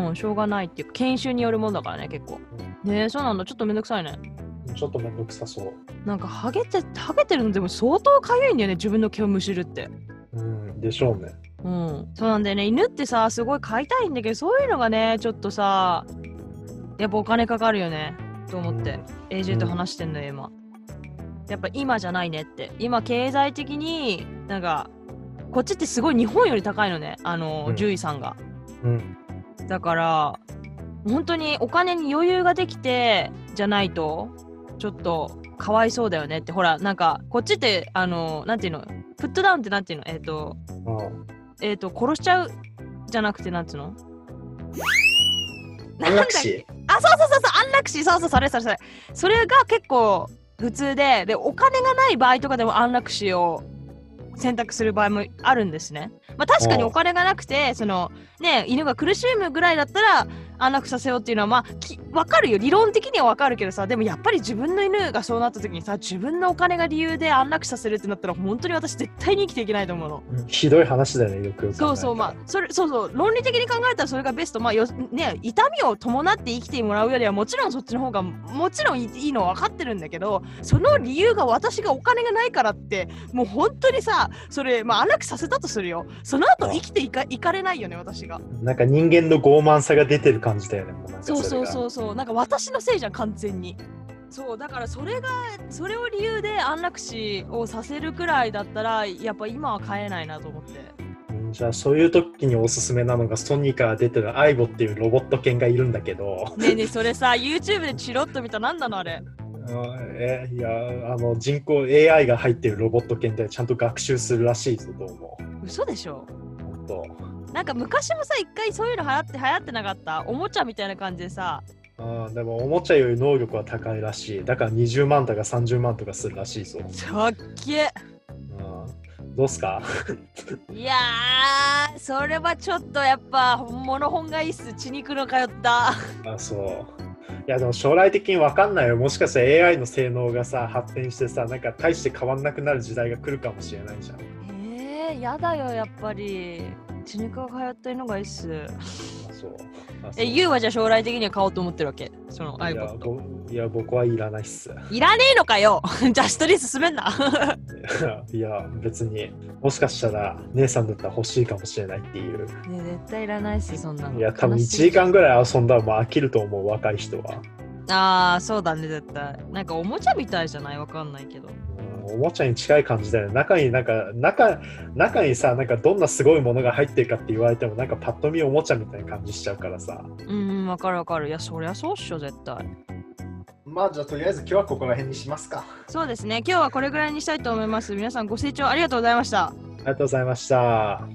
Speaker 3: うんしょうがないっていうか研修によるもんだからね結構ねえそうなんだちょっとめんどくさいね
Speaker 4: ちょっとめんどくさそう、
Speaker 3: なんかハゲてハゲてるのでも相当かゆいんだよね自分の毛をむしるって
Speaker 4: うん、でしょうね
Speaker 3: うん、そうなんだよね犬ってさすごい飼いたいんだけどそういうのがねちょっとさやっぱお金かかるよねと思って、AJ と話してんのよ今、やっぱ今じゃないねって今経済的になんかこっちってすごい日本より高いのねあの、
Speaker 4: うん
Speaker 3: 獣医さんが
Speaker 4: うん
Speaker 3: だから本当にお金に余裕ができてじゃないとちょっとかわいそうだよねってほらなんかこっちってあのなんていうのプットダウンってなんていうのえっ、と
Speaker 4: うん
Speaker 3: えっ、と殺しちゃうじゃなくてなんつうの
Speaker 4: 安楽死
Speaker 3: あそうそうそうそう安楽死そうそうそれそれそれそれが結構普通ででお金がない場合とかでも安楽死を選択する場合もあるんですね、まあ、確かに
Speaker 4: おう
Speaker 3: お金がなくてそのね犬が苦しむぐらいだったら安楽させようっていうのはまあき分かるよ理論的には分かるけどさでもやっぱり自分の犬がそうなった時にさ自分のお金が理由で安楽死させるってなったら本当に私絶対に生きていけないと思うの。
Speaker 4: うんひどい話だよねよくよく考えた
Speaker 3: そう
Speaker 4: ら
Speaker 3: そうまあそれそうそう論理的に考えたらそれがベストまあよね痛みを伴って生きてもらうよりはもちろんそっちの方がもちろんいいいのは分かってるんだけどその理由が私がお金がないからってもう本当にさそれまあ荒くさせたとするよその後生きていかいかれないよね私が
Speaker 4: なんか人間の傲慢さが出てる感じだよねもうなんか
Speaker 3: そうそう
Speaker 4: う
Speaker 3: そうそうなんか私のせいじゃん完全にそうだからそれがそれを理由で安楽死をさせるくらいだったらやっぱ今は買えないなと思って
Speaker 4: じゃあそういう時におすすめなのがソニーから出てるアイボっていうロボット犬がいるんだけど、
Speaker 3: ねえねえそれさ YouTube でチロッと見たなんなのあれ
Speaker 4: うんえいやあの人工 AI が入ってるロボット犬でちゃんと学習するらしいぞどうも
Speaker 3: 嘘でしょ
Speaker 4: ほんと
Speaker 3: なんか昔もさ一回そういうの流行って流行ってなかったおもちゃみたいな感じでさ
Speaker 4: うんでもおもちゃより能力は高いらしいだから20万とか30万とかするらしいぞ、
Speaker 3: かっけ
Speaker 4: うん、どうすか
Speaker 3: いやーそれはちょっとやっぱ本物本がいいっす血肉の通った
Speaker 4: あそういやでも将来的に分かんないよもしかしたら AI の性能がさ発展してさなんか大して変わんなくなる時代が来るかもしれないじゃん
Speaker 3: えー、やだよやっぱり血肉が通ったのがいいっす
Speaker 4: あそうあそ
Speaker 3: え
Speaker 4: う
Speaker 3: ゆうはじゃあ将来的には買おうと思ってるわけそのアイ
Speaker 4: い
Speaker 3: ボ
Speaker 4: や
Speaker 3: ット
Speaker 4: ぼいや僕はいらないっす
Speaker 3: いらねえのかよ じゃあ一人進めんな
Speaker 4: いや別にもしかしたら姉さんだったら欲しいかもしれないっていう
Speaker 3: ねえ絶対いらないっすそんなの
Speaker 4: いや多分1
Speaker 3: 悲しい
Speaker 4: 時間ぐらい遊んだらもう飽きると思う若い人は
Speaker 3: ああ、そうだね、絶対。なんかおもちゃみたいじゃないわかんないけど。
Speaker 4: おもちゃに近い感じだよね。中になんか、中、中にさ、なんかどんなすごいものが入ってるかって言われても、なんかパッと見おもちゃみたいな感じしちゃうからさ。
Speaker 3: うん、わかるわかる。いや、そりゃそうっしょ、絶対。
Speaker 4: まあじゃあとりあえず今日はここら辺にしますか。
Speaker 3: そうですね、今日はこれぐらいにしたいと思います。皆さんご清聴ありがとうございました。
Speaker 4: ありがとうございました。